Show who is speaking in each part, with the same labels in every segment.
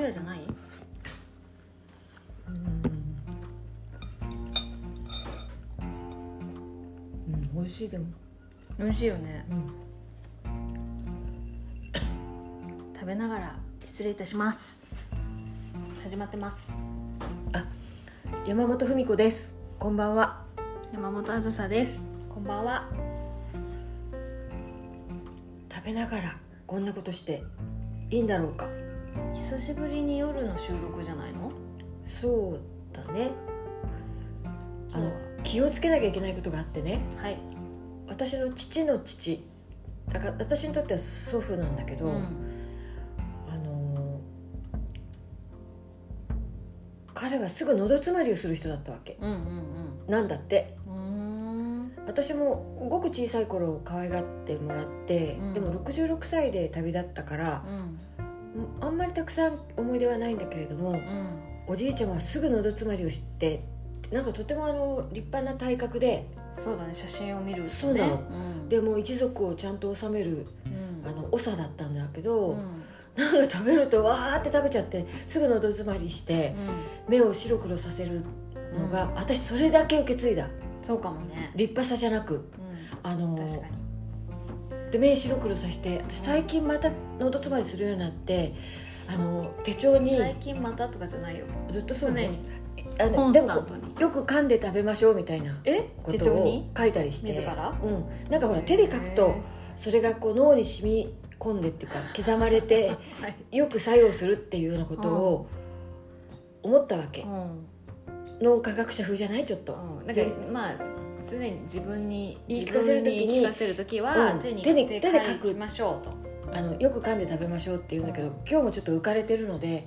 Speaker 1: 屋じゃない
Speaker 2: うん、うん、美味しいでも、
Speaker 1: 美味しいよね
Speaker 2: うん、
Speaker 1: 食べながら失礼いたします始まってます
Speaker 2: 山本文子ですこんばんは
Speaker 1: 山本あずさですこんばんは
Speaker 2: 食べながらこんなことしていいんだろうか
Speaker 1: 久しぶりに夜の収録じゃないの
Speaker 2: そうだねあ
Speaker 1: 今
Speaker 2: の気をつけなきゃいけないことがあってね
Speaker 1: はい
Speaker 2: 私の父の父だから私にとっては祖父なんだけど、
Speaker 1: うん
Speaker 2: あのー彼はすぐ喉詰まりをする人だったわけ
Speaker 1: うんうん
Speaker 2: なんだって
Speaker 1: うんうーん
Speaker 2: 私もごく小さい頃可愛がってもらって、
Speaker 1: うん
Speaker 2: でも66歳で旅立ったから
Speaker 1: うん
Speaker 2: あんまりたくさん思い出はないんだけれども
Speaker 1: うん
Speaker 2: おじいちゃまはすぐ喉詰まりを知ってなんかとてもあの立派な体格で
Speaker 1: そうだね写真を見るとね
Speaker 2: そうなの
Speaker 1: ん
Speaker 2: でもう一族をちゃんと治める
Speaker 1: うん
Speaker 2: あの長だったんだけど、
Speaker 1: うん
Speaker 2: なんか食べるとわーって食べちゃってすぐ喉詰まりして
Speaker 1: うん
Speaker 2: 目を白黒させるのが、私それだけ受け継いだ
Speaker 1: そうかもね
Speaker 2: 立派さじゃな
Speaker 1: う
Speaker 2: く
Speaker 1: ん
Speaker 2: あの
Speaker 1: 確かに
Speaker 2: で目白黒させて私最近また喉詰まりするようになってあの手帳に
Speaker 1: 最近またとかじゃないよ
Speaker 2: ずっとそ
Speaker 1: 常
Speaker 2: う
Speaker 1: に
Speaker 2: あの
Speaker 1: コン
Speaker 2: で
Speaker 1: スタン
Speaker 2: も
Speaker 1: トに
Speaker 2: よく噛んで食べましょうみたいな
Speaker 1: え
Speaker 2: こ
Speaker 1: 手
Speaker 2: と
Speaker 1: 帳
Speaker 2: を
Speaker 1: に
Speaker 2: 書いたりして
Speaker 1: 自ら
Speaker 2: うん、なんかほら手で書くとそれがこう脳に染み込んでっていうか刻まれて
Speaker 1: へーはい
Speaker 2: よく作用するっていうようなことを思ったわけ
Speaker 1: うん
Speaker 2: 脳科学者風じゃないちょっと、
Speaker 1: うんなんかまあ常に自分に
Speaker 2: 言い聞かせる時に
Speaker 1: 自分言い聞かせる時は
Speaker 2: うん
Speaker 1: 手に
Speaker 2: 手に
Speaker 1: 手
Speaker 2: 手で書く
Speaker 1: 書きましょうとは
Speaker 2: あのよく噛んで食べましょうって言うんだけど、
Speaker 1: うん
Speaker 2: 今日もちょっと浮かれてるので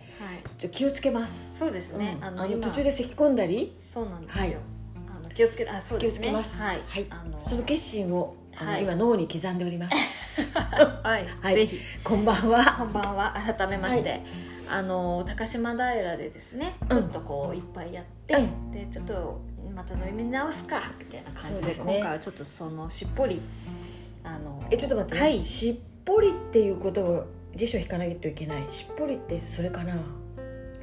Speaker 1: い
Speaker 2: ちょっと気をつけます、
Speaker 1: そうですね
Speaker 2: うん
Speaker 1: あ
Speaker 2: あ
Speaker 1: の
Speaker 2: の
Speaker 1: 今
Speaker 2: 途中で咳き込んだり
Speaker 1: そうなんですよ
Speaker 2: は
Speaker 1: あの気をつけあそうですね
Speaker 2: 気をつけます
Speaker 1: はい
Speaker 2: はい
Speaker 1: あの
Speaker 2: その決心をあの、
Speaker 1: はい
Speaker 2: 今脳に刻んでおります
Speaker 1: は
Speaker 2: はいい
Speaker 1: ぜひ
Speaker 2: こんばんは
Speaker 1: こんばんは改めまして、あの高島平でですね
Speaker 2: う
Speaker 1: ち
Speaker 2: ん
Speaker 1: ょっとこういっぱいやって、
Speaker 2: うん
Speaker 1: でちょっとまた飲み直すかみたいな感じ
Speaker 2: そう
Speaker 1: で
Speaker 2: ですね
Speaker 1: 今回はちょっとそのしっぽりあの
Speaker 2: えちょっと待って、
Speaker 1: はい
Speaker 2: しっぽりっていうことを辞書引かないといけないしっぽりってそれかな、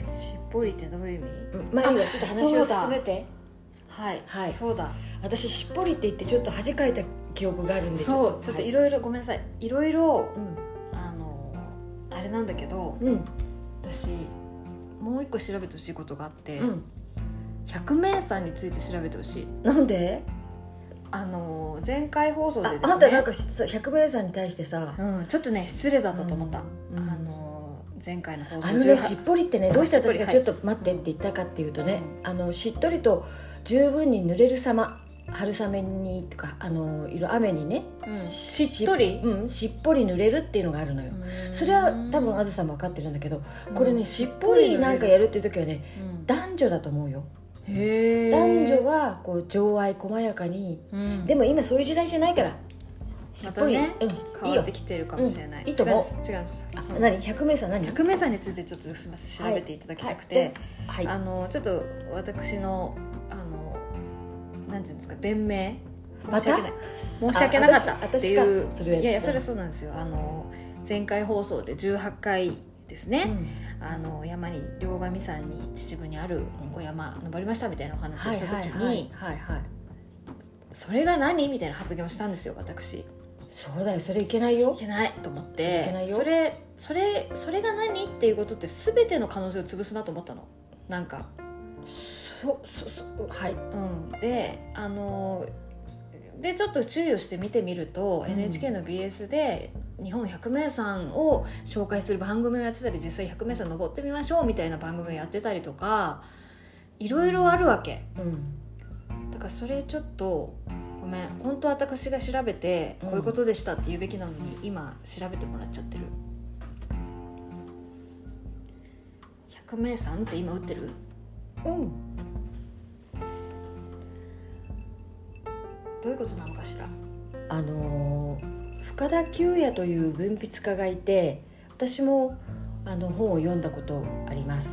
Speaker 1: しっぽりってどういう意味
Speaker 2: まあいいわちょっと話
Speaker 1: そう
Speaker 2: を
Speaker 1: だ
Speaker 2: 進めて
Speaker 1: はい、
Speaker 2: はい
Speaker 1: そうだ
Speaker 2: 私しっぽりって言ってちょっと恥かいた記憶があるんで
Speaker 1: そうちょっとい
Speaker 2: 色
Speaker 1: ろいろごめんなさいいろいろあのあれなんだけど
Speaker 2: うんうん
Speaker 1: 私もう一個調べてほしいことがあって、
Speaker 2: うん
Speaker 1: 百名山について調べてほしい
Speaker 2: なんで
Speaker 1: あの前回放送
Speaker 2: あ
Speaker 1: でで
Speaker 2: あ
Speaker 1: す
Speaker 2: なた
Speaker 1: ね
Speaker 2: なんかしさ百名山に対してさ、
Speaker 1: うん、ちょっとね失礼だったと思った、
Speaker 2: うんうん
Speaker 1: あの前回の放
Speaker 2: あ
Speaker 1: 送
Speaker 2: の
Speaker 1: 上
Speaker 2: ねしっぽりってねどうして私が
Speaker 1: はい
Speaker 2: ちょっと待ってって言ったかっていうとね、あのしっとりと十分に濡れる様春雨にとかあの色雨にね、
Speaker 1: うんしっとり
Speaker 2: うん、しっぽり濡れるっていうのがあるのよ、それは多分あずさも分かってるんだけど、これねしっぽりなんかやるっていう時はね男女だと思うよ
Speaker 1: へ
Speaker 2: 男女はこう情愛細やかにで
Speaker 1: も
Speaker 2: も今そういう時代じゃないからしっぽり、
Speaker 1: また
Speaker 2: うんいい
Speaker 1: 変わ
Speaker 2: よ
Speaker 1: ってきてるかもしれない、
Speaker 2: うんいいと思う
Speaker 1: 違う違うそ
Speaker 2: あ
Speaker 1: の
Speaker 2: 何百名さん何
Speaker 1: 百名山についてちょっとすみません調べていただきたくて、
Speaker 2: はい
Speaker 1: あのちょっと私のあのなんていうんですか弁明
Speaker 2: ま
Speaker 1: 申
Speaker 2: た
Speaker 1: し訳ない申し訳なかった
Speaker 2: あ
Speaker 1: っ
Speaker 2: 私
Speaker 1: ていう
Speaker 2: 私かそれは
Speaker 1: やいやそれはそうなんですよあの前回放送で18回ですね、
Speaker 2: うん
Speaker 1: あの山に両神山に秩父にあるお山登りましたみたいなお話をした時に、
Speaker 2: はいはいはいはい
Speaker 1: それが何みたいな発言をしたんですよ私い
Speaker 2: そうだよそれいけないよ
Speaker 1: けないと思っ
Speaker 2: いけな
Speaker 1: て
Speaker 2: いよ
Speaker 1: それそれそれが何っていうことって全ての可能性を潰すなと思ったのなんか
Speaker 2: そそそはい
Speaker 1: うんであのでちょっと注意をして見てみると、
Speaker 2: うん
Speaker 1: NHK の BS で日本百名山を紹介する番組をやってたり実際百名山登ってみましょうみたいな番組をやってたりとかいろいろあるわけ。
Speaker 2: うん
Speaker 1: だからそれちょっとごめん本当は私が調べて
Speaker 2: うん
Speaker 1: こういうことでしたって言うべきなのに、今調べてもらっちゃってる百名山って今打ってる
Speaker 2: うん
Speaker 1: どういうことなのかしら
Speaker 2: あのー深田久也という文筆家がいて私もあの本を読んだことあります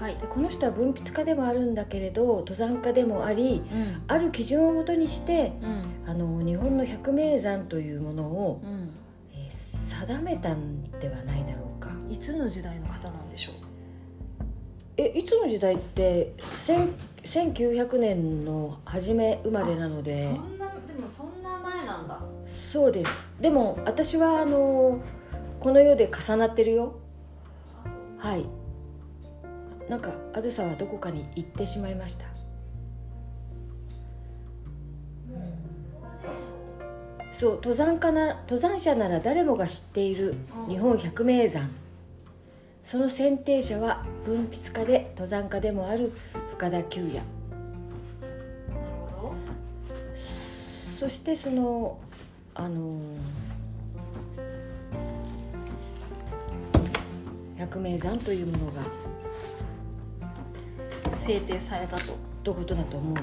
Speaker 1: はい
Speaker 2: でこの人は文筆家でもあるんだけれど登山家でもあり
Speaker 1: うん
Speaker 2: ある基準をもとにして
Speaker 1: うん
Speaker 2: あの日本の百名山というものを、
Speaker 1: うん
Speaker 2: えー定めたんではないだろうか
Speaker 1: いつの時代の方なんでしょう
Speaker 2: えいつの時代って千1900年の初め生まれなので
Speaker 1: そんなでもそんな前なんだ
Speaker 2: そうですでも私はあのこの世で重なってるよはいなんかあずさはどこかに行ってしまいましたそう登山家な登山者なら誰もが知っている日本百名山その選定者は文筆家で登山家でもある深田久也
Speaker 1: なるほ
Speaker 2: そしてそのあの百名山というものが
Speaker 1: ど制定されたと
Speaker 2: どことだと思うよ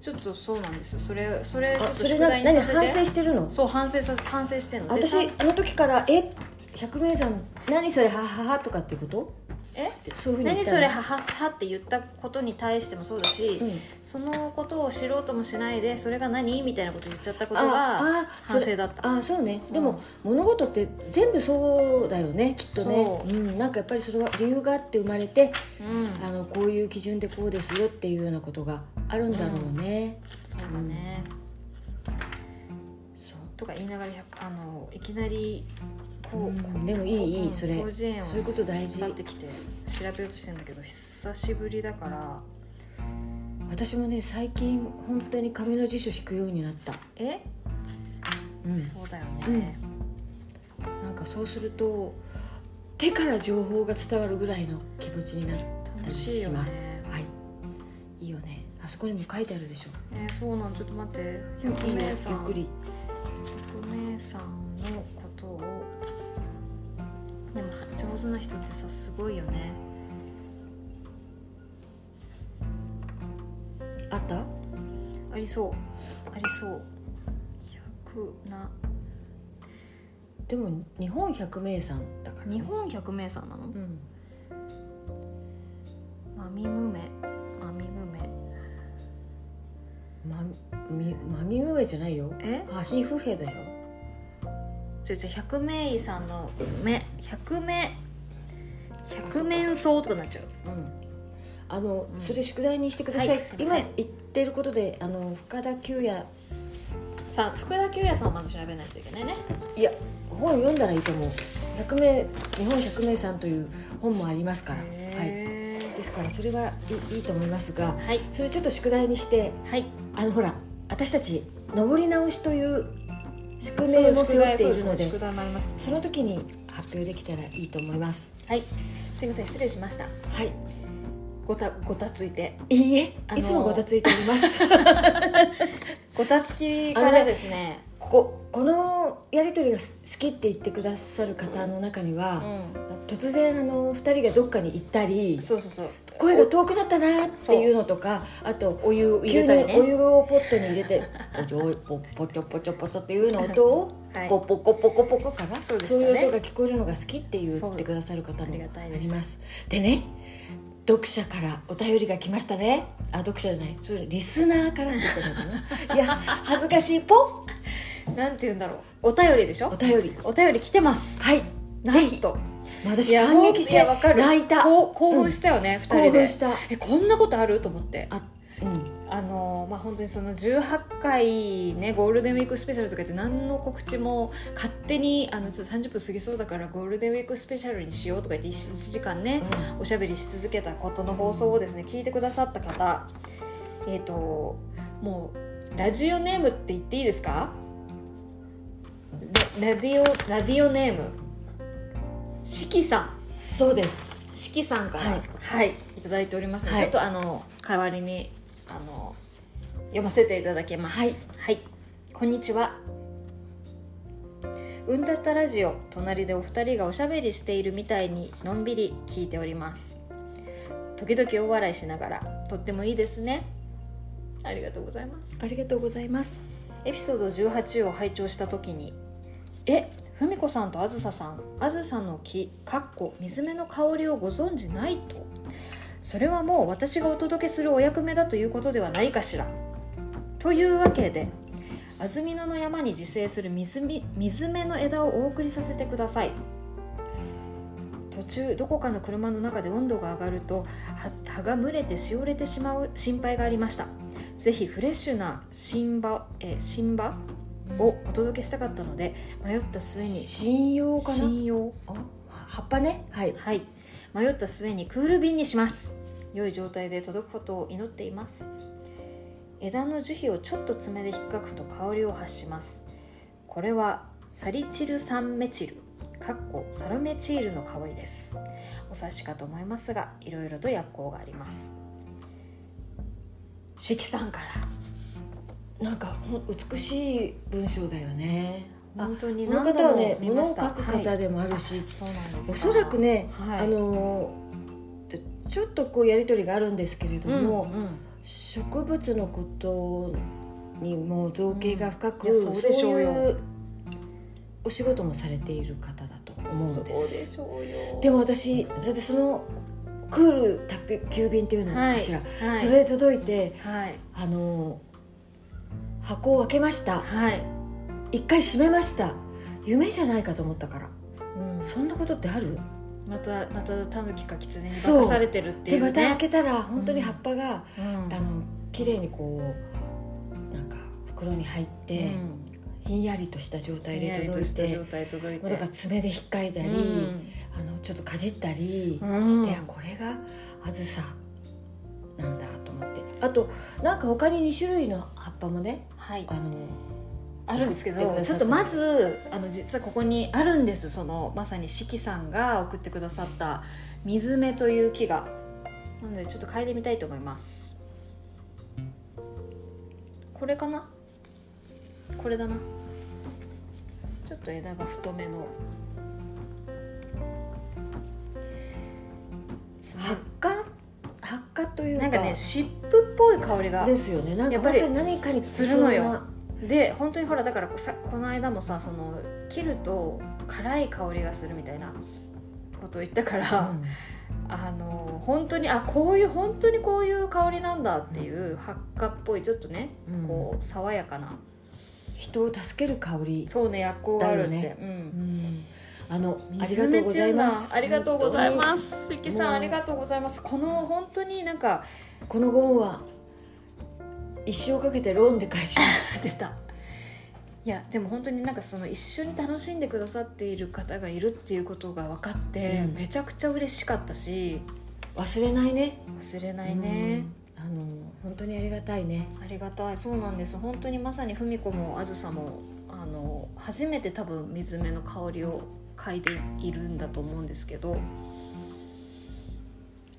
Speaker 1: ちょっとそうなんですよそれそれちょっ
Speaker 2: あ
Speaker 1: と
Speaker 2: それ
Speaker 1: 宿
Speaker 2: な
Speaker 1: 題に
Speaker 2: 何
Speaker 1: させ
Speaker 2: 反
Speaker 1: て
Speaker 2: 省してるの
Speaker 1: そう反省さ反省してんので
Speaker 2: 私
Speaker 1: さ
Speaker 2: あの時から「え百名山何それははは」とかっていうこと
Speaker 1: え
Speaker 2: そういうふうに言
Speaker 1: 何
Speaker 2: った
Speaker 1: それ
Speaker 2: の
Speaker 1: はははって言ったことに対してもそうだし、
Speaker 2: うん
Speaker 1: そのことを知ろうともしないでそれが何みたいなこと言っちゃったことが
Speaker 2: ああ
Speaker 1: 反
Speaker 2: それ
Speaker 1: 省だった
Speaker 2: あそうね
Speaker 1: うん
Speaker 2: でも、物事って全部そうだよねきっとね、
Speaker 1: そう
Speaker 2: ん、なんかやっぱりそれは理由があって生まれて
Speaker 1: うん
Speaker 2: あのこういう基準でこうですよっていうようなことがあるんだろうね、
Speaker 1: そうだね
Speaker 2: そ
Speaker 1: とか言いながら100あのいきなりこ
Speaker 2: う
Speaker 1: う、
Speaker 2: んでもいいいいそれ
Speaker 1: 広辞苑を
Speaker 2: そういうこと大事
Speaker 1: 引っ張ってきて調べようとしてんだけど久しぶりだから
Speaker 2: 私もね最近本当に紙の辞書引くようになった、
Speaker 1: え、
Speaker 2: うん
Speaker 1: そうだよね、
Speaker 2: なんかそうすると手から情報が伝わるぐらいの気持ちになった
Speaker 1: 楽
Speaker 2: り
Speaker 1: しい
Speaker 2: し
Speaker 1: よね
Speaker 2: ますはいいいよねあそこにも書いてあるでしょ
Speaker 1: えーそうなんちょっと待って百
Speaker 2: いいね
Speaker 1: 名
Speaker 2: ゆっ
Speaker 1: 山
Speaker 2: くり
Speaker 1: 百名山のことをでも上手な人ってさすごいよね
Speaker 2: あった
Speaker 1: ありそうありそう百な
Speaker 2: でも日本百名山だからね
Speaker 1: 日本百名山なの
Speaker 2: うん
Speaker 1: マミムメマミムメ
Speaker 2: まみまみむえじゃないよ
Speaker 1: え
Speaker 2: あひふへだよ
Speaker 1: じゃじゃ百名医さんの目百名百面相とかなっちゃう
Speaker 2: うんあの、
Speaker 1: うん
Speaker 2: それ宿題にしてください、
Speaker 1: はいすいま
Speaker 2: 今
Speaker 1: せん
Speaker 2: 言ってることであの深田久也
Speaker 1: さあ福田久也さんをまず調べないといけないね
Speaker 2: いや本読んだらいいと思う百名日本百名山という本もありますから、はい、
Speaker 1: へー
Speaker 2: ですからそれはいいいいと思いますが
Speaker 1: はい
Speaker 2: それちょっと宿題にして
Speaker 1: はい
Speaker 2: あのほら私たち登り直しという宿命も背負っているので
Speaker 1: 宿題もあります
Speaker 2: その時に発表できたらいいと思います
Speaker 1: はいすいません失礼しました
Speaker 2: はい
Speaker 1: ごたごたついて
Speaker 2: いいえ、
Speaker 1: あのー
Speaker 2: いつもごたついております
Speaker 1: ごたつき
Speaker 2: か
Speaker 1: からら
Speaker 2: で
Speaker 1: ですね
Speaker 2: こここのやり取りが好きって言ってくださる方の中に
Speaker 1: う
Speaker 2: は、
Speaker 1: ん
Speaker 2: 突然あの2人がどっかに行ったり
Speaker 1: そうそうそう
Speaker 2: 声が遠くなったなっていうのとかあと
Speaker 1: お湯を入
Speaker 2: 急
Speaker 1: れ
Speaker 2: に
Speaker 1: たり
Speaker 2: お
Speaker 1: ね
Speaker 2: 湯をポットに入れて「おじょいポポチョポチョポチョ」っていうような音を
Speaker 1: はい
Speaker 2: こうポコポコポコかな
Speaker 1: そうでした
Speaker 2: そう
Speaker 1: ね
Speaker 2: いう音が聞こえるのが好きって言
Speaker 1: そ
Speaker 2: っ
Speaker 1: う
Speaker 2: てくださる方も
Speaker 1: ありがたいです
Speaker 2: ありますでね読者からお便りが来ましたねあ読者じゃないそれリスナーからってことだないや恥ずかしいぽ
Speaker 1: なんて言うんだろうお便りでし
Speaker 2: お
Speaker 1: ょ
Speaker 2: 便り
Speaker 1: お便り来てます
Speaker 2: はい
Speaker 1: ぜひとい
Speaker 2: 私
Speaker 1: や
Speaker 2: 感激し
Speaker 1: い
Speaker 2: て
Speaker 1: やわかる
Speaker 2: 泣いた
Speaker 1: こう興奮したよね二
Speaker 2: 興
Speaker 1: 人で
Speaker 2: 奮した
Speaker 1: えこんなことあると思って
Speaker 2: あうん
Speaker 1: あのーまあ本当にその18回ねゴールデンウィークスペシャルとかって何の告知も勝手にあのちょっと30分過ぎそうだからゴールデンウィークスペシャルにしようとか言って 1, 時間ねおしゃべりし続けたことの放送をですね聞いてくださった方えっ、ともうラジオネームって言っていいですかララディオラディオネームしきさん
Speaker 2: そうです
Speaker 1: しきさんから、
Speaker 2: は
Speaker 1: はいい、い、ただいておりますので、
Speaker 2: はい
Speaker 1: ちょっとあの代わりにあの読ませていただきます。
Speaker 2: はい、
Speaker 1: こんにちは。うんだったラジオ隣でお二人がおしゃべりしているみたいにのんびり聞いております。時々お笑いしながらとってもいいですね。ありがとうございます。
Speaker 2: ありがとうございます
Speaker 1: エピソード18を拝聴した時に「えふみこさんとあずささんあずさの木かっこ水目の香りをご存じないと」それはもう私がお届けするお役目だということではないかしら。というわけで安曇野の山に自生する水み水目の枝をお送りさせてください。と中どこかの車の中で温度が上がるとは葉が蒸れてしおれてしまう心配がありましたぜひフレッシュな新葉えー新葉をお届けしたかったので迷った末に
Speaker 2: 信用かな
Speaker 1: 信用
Speaker 2: 葉っぱねはい
Speaker 1: はい迷った末にクール便にします良い状態で届くことを祈っています枝の樹皮をちょっと爪で引っかくと香りを発しますこれはサリチル酸メチルかっこサルメチールの香りですお察しかと思いますがいろいろと薬効があります四季さんから
Speaker 2: なんかほん美しい文章だよねあ
Speaker 1: 本当に
Speaker 2: この
Speaker 1: 何
Speaker 2: 方
Speaker 1: 度
Speaker 2: は
Speaker 1: も
Speaker 2: ね
Speaker 1: 見
Speaker 2: 物
Speaker 1: ま
Speaker 2: を
Speaker 1: し
Speaker 2: 書
Speaker 1: た
Speaker 2: く方
Speaker 1: はい
Speaker 2: でもあるし、
Speaker 1: あそうなんですか
Speaker 2: おそらくね、
Speaker 1: はい
Speaker 2: あのーちょっとこうやり取りがあるんですけれど
Speaker 1: うん
Speaker 2: も、
Speaker 1: うん
Speaker 2: 植物のことにも造形が深く、
Speaker 1: うんいやそうでしょうよ
Speaker 2: いうお仕事もされている方だと思うんです
Speaker 1: そうでしょうよ
Speaker 2: でも私それでそのクール宅急便っていうのかしら、
Speaker 1: はい
Speaker 2: それで届いて
Speaker 1: はい
Speaker 2: あの箱を開けました
Speaker 1: はい、
Speaker 2: 一回閉めました夢じゃないかと思ったから
Speaker 1: うん
Speaker 2: そんなことってある
Speaker 1: またまたタヌキかキツネに
Speaker 2: そう
Speaker 1: 化されてるってい
Speaker 2: で
Speaker 1: う
Speaker 2: ま
Speaker 1: ね
Speaker 2: た開けたら本当に葉っぱが、
Speaker 1: うん
Speaker 2: あの綺麗にこうなんか袋に入って、
Speaker 1: うん
Speaker 2: ひんやりとした状態で
Speaker 1: ぼんやり
Speaker 2: 届
Speaker 1: と
Speaker 2: い
Speaker 1: した
Speaker 2: て
Speaker 1: 状態届い
Speaker 2: まあ
Speaker 1: て
Speaker 2: だから爪で引っかいたり、
Speaker 1: うん
Speaker 2: あのちょっとかじったりして、
Speaker 1: うん
Speaker 2: あこれがあずさなんだと思ってあとなんか他に2種類の葉っぱもね
Speaker 1: はい
Speaker 2: あの
Speaker 1: あるんですけ
Speaker 2: 送ってく
Speaker 1: ど
Speaker 2: だ
Speaker 1: ち
Speaker 2: さ
Speaker 1: ょっ
Speaker 2: った
Speaker 1: とまずあの実はここにあるんですそのまさに四季さんが送ってくださった水目という木がなのでちょっと嗅いでみたいと思いますこれかなこれだなちょっと枝が太めの
Speaker 2: 発火発火というか
Speaker 1: なんかね湿布っぽい香りが
Speaker 2: ですよねなん
Speaker 1: や
Speaker 2: か
Speaker 1: っぱ
Speaker 2: 本
Speaker 1: り
Speaker 2: 当に何かに
Speaker 1: するのよで本当にほらだからさこの間もさその切ると辛い香りがするみたいなことを言ったから、あの本当にあこういう本当にこういう香りなんだっていう発火っぽいちょっとね
Speaker 2: こ
Speaker 1: こう爽やかな
Speaker 2: う人を助ける香り、
Speaker 1: そうね薬効があるって、
Speaker 2: だよね
Speaker 1: うん
Speaker 2: あのあり
Speaker 1: 水
Speaker 2: が
Speaker 1: 目
Speaker 2: と
Speaker 1: っ
Speaker 2: うご
Speaker 1: て
Speaker 2: ざ
Speaker 1: い
Speaker 2: いう
Speaker 1: のは
Speaker 2: ます
Speaker 1: ありがとうございますす関さん
Speaker 2: もう
Speaker 1: ありがとうございますこの本当になんか
Speaker 2: このゴンは一生かけてローンで返します
Speaker 1: 出たいやでも本当になんかその一緒に楽しんでくださっている方がいるっていうことが分かって、
Speaker 2: うん
Speaker 1: めちゃくちゃ嬉しかったし
Speaker 2: 忘れないね
Speaker 1: 忘れないね、
Speaker 2: うん。あの本当にありがたいね。
Speaker 1: ありがたいそうなんです本当にまさに文子もあずさもあの初めて多分水目の香りを嗅いでいるんだと思うんですけど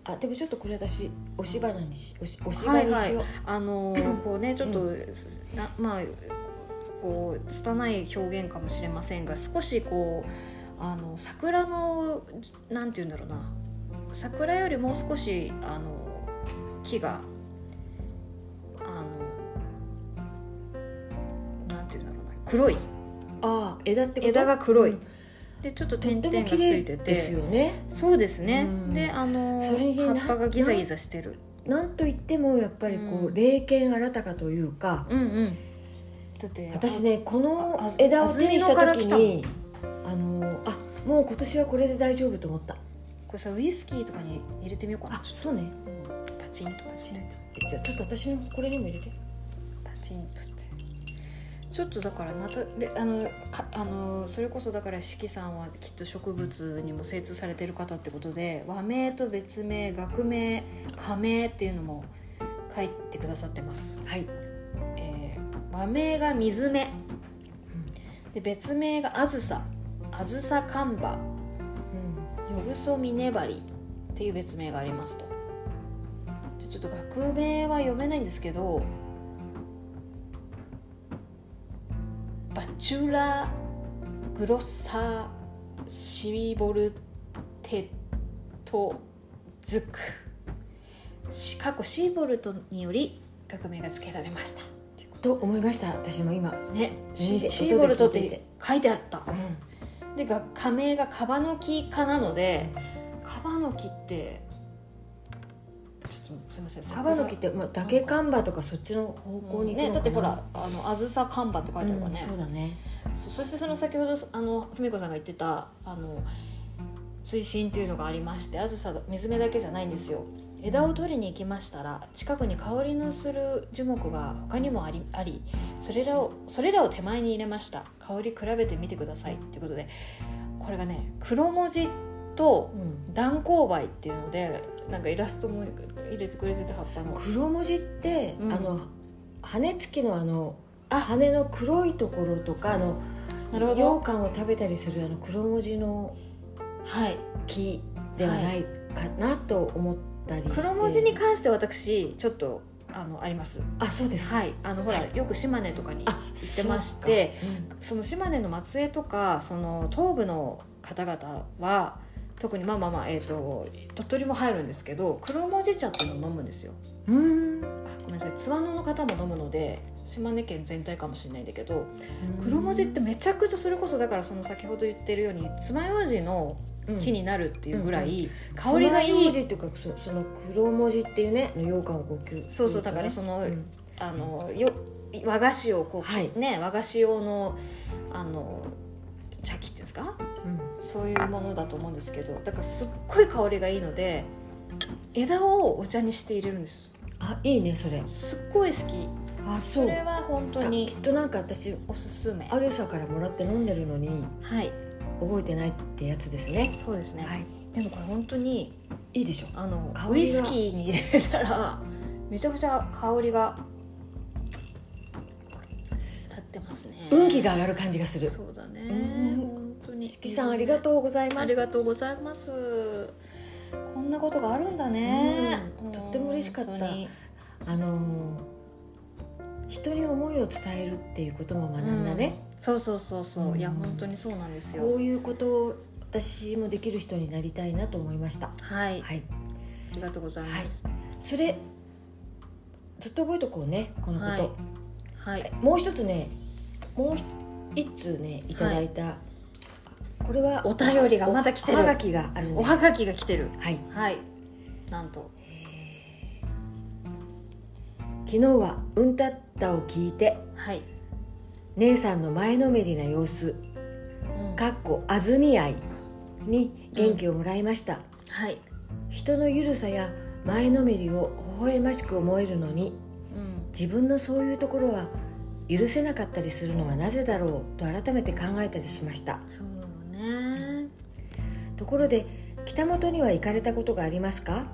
Speaker 2: あでもちょっとこれ私おし花にしおしおし花にしよう。
Speaker 1: あの こうねちょっと、
Speaker 2: う
Speaker 1: なまあこう拙い表現かもしれませんが少しこうあの桜のなんて言うんだろうな桜よりもう少しあの木があのなんて言うんだろうな黒い
Speaker 2: ああ枝ってこと
Speaker 1: 枝が黒い
Speaker 2: うん
Speaker 1: でちょっと
Speaker 2: と
Speaker 1: 点
Speaker 2: って
Speaker 1: 々が
Speaker 2: も
Speaker 1: つ
Speaker 2: 綺
Speaker 1: い
Speaker 2: 麗
Speaker 1: て
Speaker 2: で
Speaker 1: て
Speaker 2: すよね。
Speaker 1: そうですね、
Speaker 2: うん
Speaker 1: であの
Speaker 2: それに
Speaker 1: 葉っぱがギザギザしてる
Speaker 2: なんといってもやっぱりこ
Speaker 1: う
Speaker 2: うん霊剣新たかというか、
Speaker 1: うんうんだって
Speaker 2: 私ねこの
Speaker 1: ああず
Speaker 2: 枝を手にし
Speaker 1: 安曇野から
Speaker 2: た
Speaker 1: 来
Speaker 2: 時
Speaker 1: た
Speaker 2: にあのあもう今年はこれで大丈夫と思った。
Speaker 1: これさウイスキーとかに入れてみようかな
Speaker 2: あそうね。
Speaker 1: パチンとかして
Speaker 2: じゃあちょっと私のこれにも入れて。
Speaker 1: パチンとってちょっとだからまたであのかあのそれこそだから四季さんはきっと植物にも精通されてる方ってことで和名と別名学名仮名っていうのも書いてくださってます、
Speaker 2: はい。
Speaker 1: えー和名が水目で別名があずさあずさかんばよぐそみねばりっていう別名がありますとでちょっと学名は読めないんですけどバチュラグロッサシボルテトズクし過去シーボルトにより学名が付けられましたっていうこと
Speaker 2: と思いました私も今。
Speaker 1: ねシ
Speaker 2: 耳で
Speaker 1: シーボルトっ
Speaker 2: 音で聞いて
Speaker 1: て書いてあった
Speaker 2: うん
Speaker 1: でが仮名がカバノキ科なのでカバノキってちょっとすみません
Speaker 2: サバロキって、まあ、だけカンバとかそっちの方
Speaker 1: こ
Speaker 2: 向
Speaker 1: うに
Speaker 2: に行く
Speaker 1: ね
Speaker 2: の
Speaker 1: だ
Speaker 2: かな
Speaker 1: ってほらあのあずさカンバって書いてあるから
Speaker 2: う
Speaker 1: ね
Speaker 2: ん、そうだね
Speaker 1: そそしてその先ほどあの文子さんが言ってたあの追伸というのがありましてあずさ水目だけじゃないんですよ枝を取りに行きましたら近くに香りのする樹木が他にもありありそれらをそれらを手前に入れました香り比べてみてくださいということでこれがね黒文字と
Speaker 2: うん
Speaker 1: 断勾梅っていうのでなんかイラストも入れてくれてて葉っぱの
Speaker 2: 黒文字って、
Speaker 1: うん
Speaker 2: あの羽付きのあの
Speaker 1: あ
Speaker 2: 羽の黒いところとかあの
Speaker 1: なるほ
Speaker 2: 羊
Speaker 1: ど
Speaker 2: 羹を食べたりするあの黒文字の
Speaker 1: はい
Speaker 2: 木ではないかなと思ったりして、
Speaker 1: 黒文字に関して私ちょっとあのあります
Speaker 2: あそうですか、
Speaker 1: はいあのほらよく島根とかに
Speaker 2: あ
Speaker 1: 行ってまして
Speaker 2: そうか
Speaker 1: その島根の松江とかその東部の方々は特にまあまあまあ、えー、と鳥取も入るんですけど黒文字茶っていうのを飲むんですよ
Speaker 2: うん、
Speaker 1: あごめんなさい津和野の方も飲むので島根県全体かもしれないんだけど黒文字ってめちゃくちゃそれこそだからその先ほど言ってるように爪楊枝の木になるっていうぐらい香りがい
Speaker 2: 爪楊
Speaker 1: い
Speaker 2: 枝っていうかそその黒文字っていうね羊羹をこうきゅ
Speaker 1: そうそうだからその
Speaker 2: うん
Speaker 1: あのよ和菓子をこう、
Speaker 2: はい
Speaker 1: ね和菓子用のあの茶器っていうんですかそういうものだと思うんですけどだからすっごい香りがいいので枝をお茶にして入れるんです
Speaker 2: あいいねそれ
Speaker 1: すっごい好き
Speaker 2: あそ
Speaker 1: そうれは本当
Speaker 2: あき
Speaker 1: に
Speaker 2: っとなんか私
Speaker 1: おすすめ
Speaker 2: アゲサからもらって飲んでるのに
Speaker 1: はい
Speaker 2: 覚えてないってやつですね
Speaker 1: そうですね、
Speaker 2: い
Speaker 1: でもこれ本当に
Speaker 2: いいでしょ
Speaker 1: あの
Speaker 2: 香りが
Speaker 1: ウイスキーに入れたらめちゃくちゃ香りが立ってますね
Speaker 2: 運気が上がる感じがする
Speaker 1: そうだね
Speaker 2: うん
Speaker 1: 本当に
Speaker 2: ききさんありがとうございます
Speaker 1: ありがとうございます。こんなことがあるんだね。
Speaker 2: うん
Speaker 1: うん
Speaker 2: とっても嬉しかった
Speaker 1: 本当に
Speaker 2: あのー人に思いを伝えるっていうことも学んだね、
Speaker 1: うんそうそうそうそう。いや
Speaker 2: うん
Speaker 1: 本当にそうなんです
Speaker 2: こ
Speaker 1: よ。
Speaker 2: ういうことを私もできる人になりたいなと思いました
Speaker 1: はい。あ
Speaker 2: はい
Speaker 1: りがとうございます。
Speaker 2: それずっと覚えとこうねこのこと、
Speaker 1: はいはい。
Speaker 2: もう一つねもうひ一通ねいただいた、これは
Speaker 1: お便りがまだ来てる
Speaker 2: おはがきがあるん
Speaker 1: お
Speaker 2: です
Speaker 1: はがきが来てる。
Speaker 2: はい
Speaker 1: はい。なんと。
Speaker 2: 昨日は「うんたった」を聞いて
Speaker 1: はい。
Speaker 2: 姉さんの前のめりな様子
Speaker 1: うん
Speaker 2: かっこ安住愛に元気をもらいました、
Speaker 1: はい。
Speaker 2: 人のゆるさや前のめりを微笑ましく思えるのに
Speaker 1: うん。
Speaker 2: 自分のそういうところは許せなかったりするのはなぜだろうと改めて考えたりしました
Speaker 1: そうね。
Speaker 2: ところで北本には行かれたことがありますか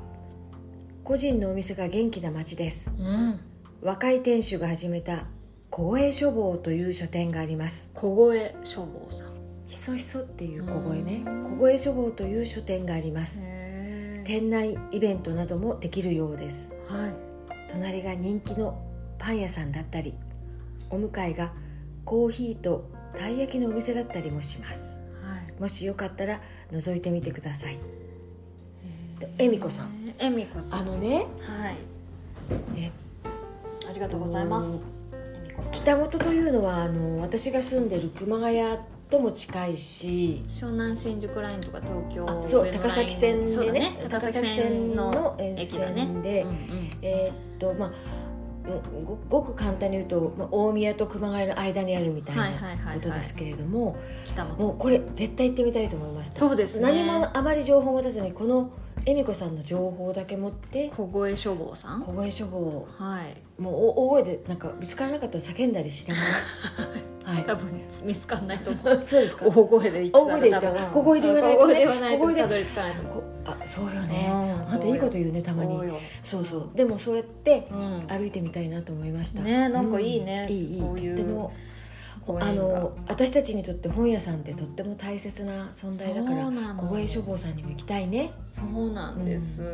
Speaker 2: 個人のお店が元気な街です
Speaker 1: うん。
Speaker 2: 若い店主が始めた公営書房という書店があります
Speaker 1: 小声消防さん。
Speaker 2: ひそひそっていう小声ね
Speaker 1: うん
Speaker 2: 小声書房という書店があります
Speaker 1: へー
Speaker 2: 店内イベントなどもできるようです
Speaker 1: はい。
Speaker 2: 隣が人気のパン屋さんだったりお向かいがコーヒーとたい焼きのお店だったりもします
Speaker 1: はい。
Speaker 2: もしよかったら覗いてみてください
Speaker 1: へー
Speaker 2: 恵美子さん。
Speaker 1: 恵美子さん。
Speaker 2: のね
Speaker 1: はい。
Speaker 2: え
Speaker 1: ありがとうございます。恵美子さん。
Speaker 2: 北本というのはあの私が住んでる熊谷とも近いし
Speaker 1: 湘南新宿ラインとか東京
Speaker 2: あそう
Speaker 1: 上野ラ
Speaker 2: 高
Speaker 1: イン
Speaker 2: 崎線
Speaker 1: そう
Speaker 2: で
Speaker 1: だ
Speaker 2: ね
Speaker 1: ね高崎線の
Speaker 2: 沿
Speaker 1: 駅だね
Speaker 2: 線で、
Speaker 1: うんうん
Speaker 2: えーっとまあうんごごく簡単に言うと、まあ、大宮と熊谷の間にあるみたい
Speaker 1: はいはいはいは
Speaker 2: ないことですけれども、
Speaker 1: 北本
Speaker 2: もうこれ絶対行ってみたいと思いました
Speaker 1: そうですね
Speaker 2: 何もあまり情報を持たずにこの恵美子さんの情報だけ持って
Speaker 1: 小声消防さん
Speaker 2: 小声処方
Speaker 1: はい
Speaker 2: もうお大声でなんかぶつからなかったら叫んだりしな がら
Speaker 1: 多分見つかんないと思う
Speaker 2: はいそうですか
Speaker 1: 大声で言ってたら多分
Speaker 2: 大声で言ったら
Speaker 1: 小声で言わない
Speaker 2: 小
Speaker 1: と
Speaker 2: 声で
Speaker 1: たどり着かないと思う
Speaker 2: こあそうよね
Speaker 1: うん
Speaker 2: あんたいいこと言うねたま
Speaker 1: そう
Speaker 2: に
Speaker 1: よ
Speaker 2: そうそうでもそうやって
Speaker 1: うん
Speaker 2: 歩いてみたいなと思いました
Speaker 1: ねなんかいいね
Speaker 2: うんいいいい
Speaker 1: こういう
Speaker 2: とっても
Speaker 1: ご縁が
Speaker 2: あの私たちにとって本屋さんってとっても大切な存在だか
Speaker 1: そ
Speaker 2: ら
Speaker 1: うなの
Speaker 2: 小声処方さんにも行きたいね
Speaker 1: そうなんです、
Speaker 2: う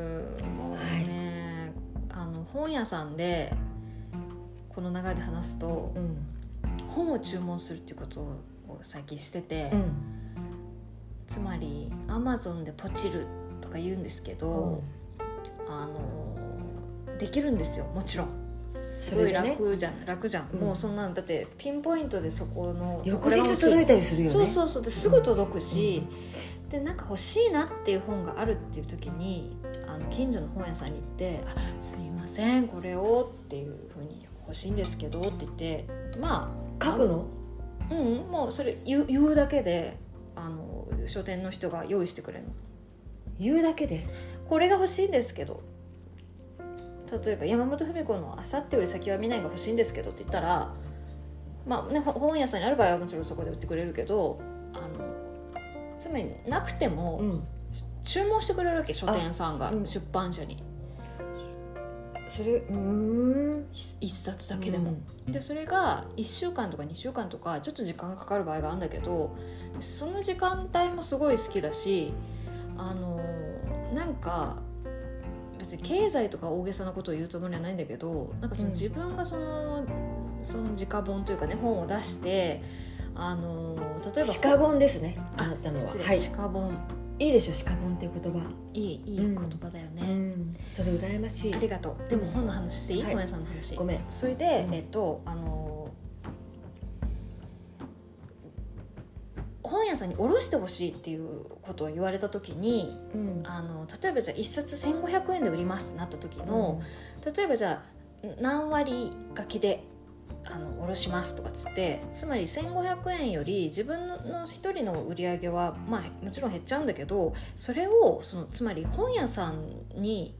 Speaker 1: もうね、あの本屋さんでこの流れで話すと、
Speaker 2: うん
Speaker 1: 本を注文するっていうことを最近してて、
Speaker 2: うん
Speaker 1: つまりアマゾンでポチるとか言うんですけど、あのできるんですよもちろんすご
Speaker 2: れ
Speaker 1: い
Speaker 2: でね
Speaker 1: 楽じゃん、楽じゃん、
Speaker 2: うん
Speaker 1: もうそんなのだってピンポイントでそこの
Speaker 2: 翌日届いたりするよね
Speaker 1: そうそうそうですぐ届くし、でなんか欲しいなっていう本があるっていう時にあの近所の本屋さんに行って「あすいませんこれを」っていうふうに「欲しいんですけど」って言ってま
Speaker 2: 書くの
Speaker 1: あうんもうそれ言う言うだけであの書店の人が用意してくれるの。
Speaker 2: 言うだけで
Speaker 1: これが欲しいんですけど例えば山本文子の「あさってより先は見ない」が欲しいんですけどって言ったらまあねほ本屋さんにある場合はもちろんそこで売ってくれるけどあのつまりなくても、
Speaker 2: ん
Speaker 1: 注文してくれるわけ書店さんが、
Speaker 2: うん
Speaker 1: 出版社に
Speaker 2: それうーん
Speaker 1: 1冊だけでも、
Speaker 2: うん
Speaker 1: でそれが1週間とか2週間とかちょっと時間がかかる場合があるんだけどでその時間帯もすごい好きだしあのーなんか別に経済とか大げさなことを言うつもりはないんだけどなんかその
Speaker 2: うん
Speaker 1: 自分がその,、その直本というかね本を出してあのー例えば
Speaker 2: 鹿本ですね
Speaker 1: あ
Speaker 2: あなたのは
Speaker 1: 失礼
Speaker 2: はい
Speaker 1: 鹿本
Speaker 2: いいでしょ鹿本っていう言葉
Speaker 1: いいいい言葉だよね、
Speaker 2: うんそれ羨ましい
Speaker 1: ありがとうでも本の話していい、
Speaker 2: はい
Speaker 1: 本屋さんの話
Speaker 2: ごめん
Speaker 1: それで、
Speaker 2: うん
Speaker 1: えっとあのー本屋さんに卸してほしいっていうことを言われた時に
Speaker 2: うん
Speaker 1: あの例えばじゃあ1冊1500円で売りますってなった時の、例えばじゃあ何割書きであの卸しますとかっつってつまり1500円より自分の一人の売り上げは、まあ、もちろん減っちゃうんだけどそれをそのつまり本屋さんに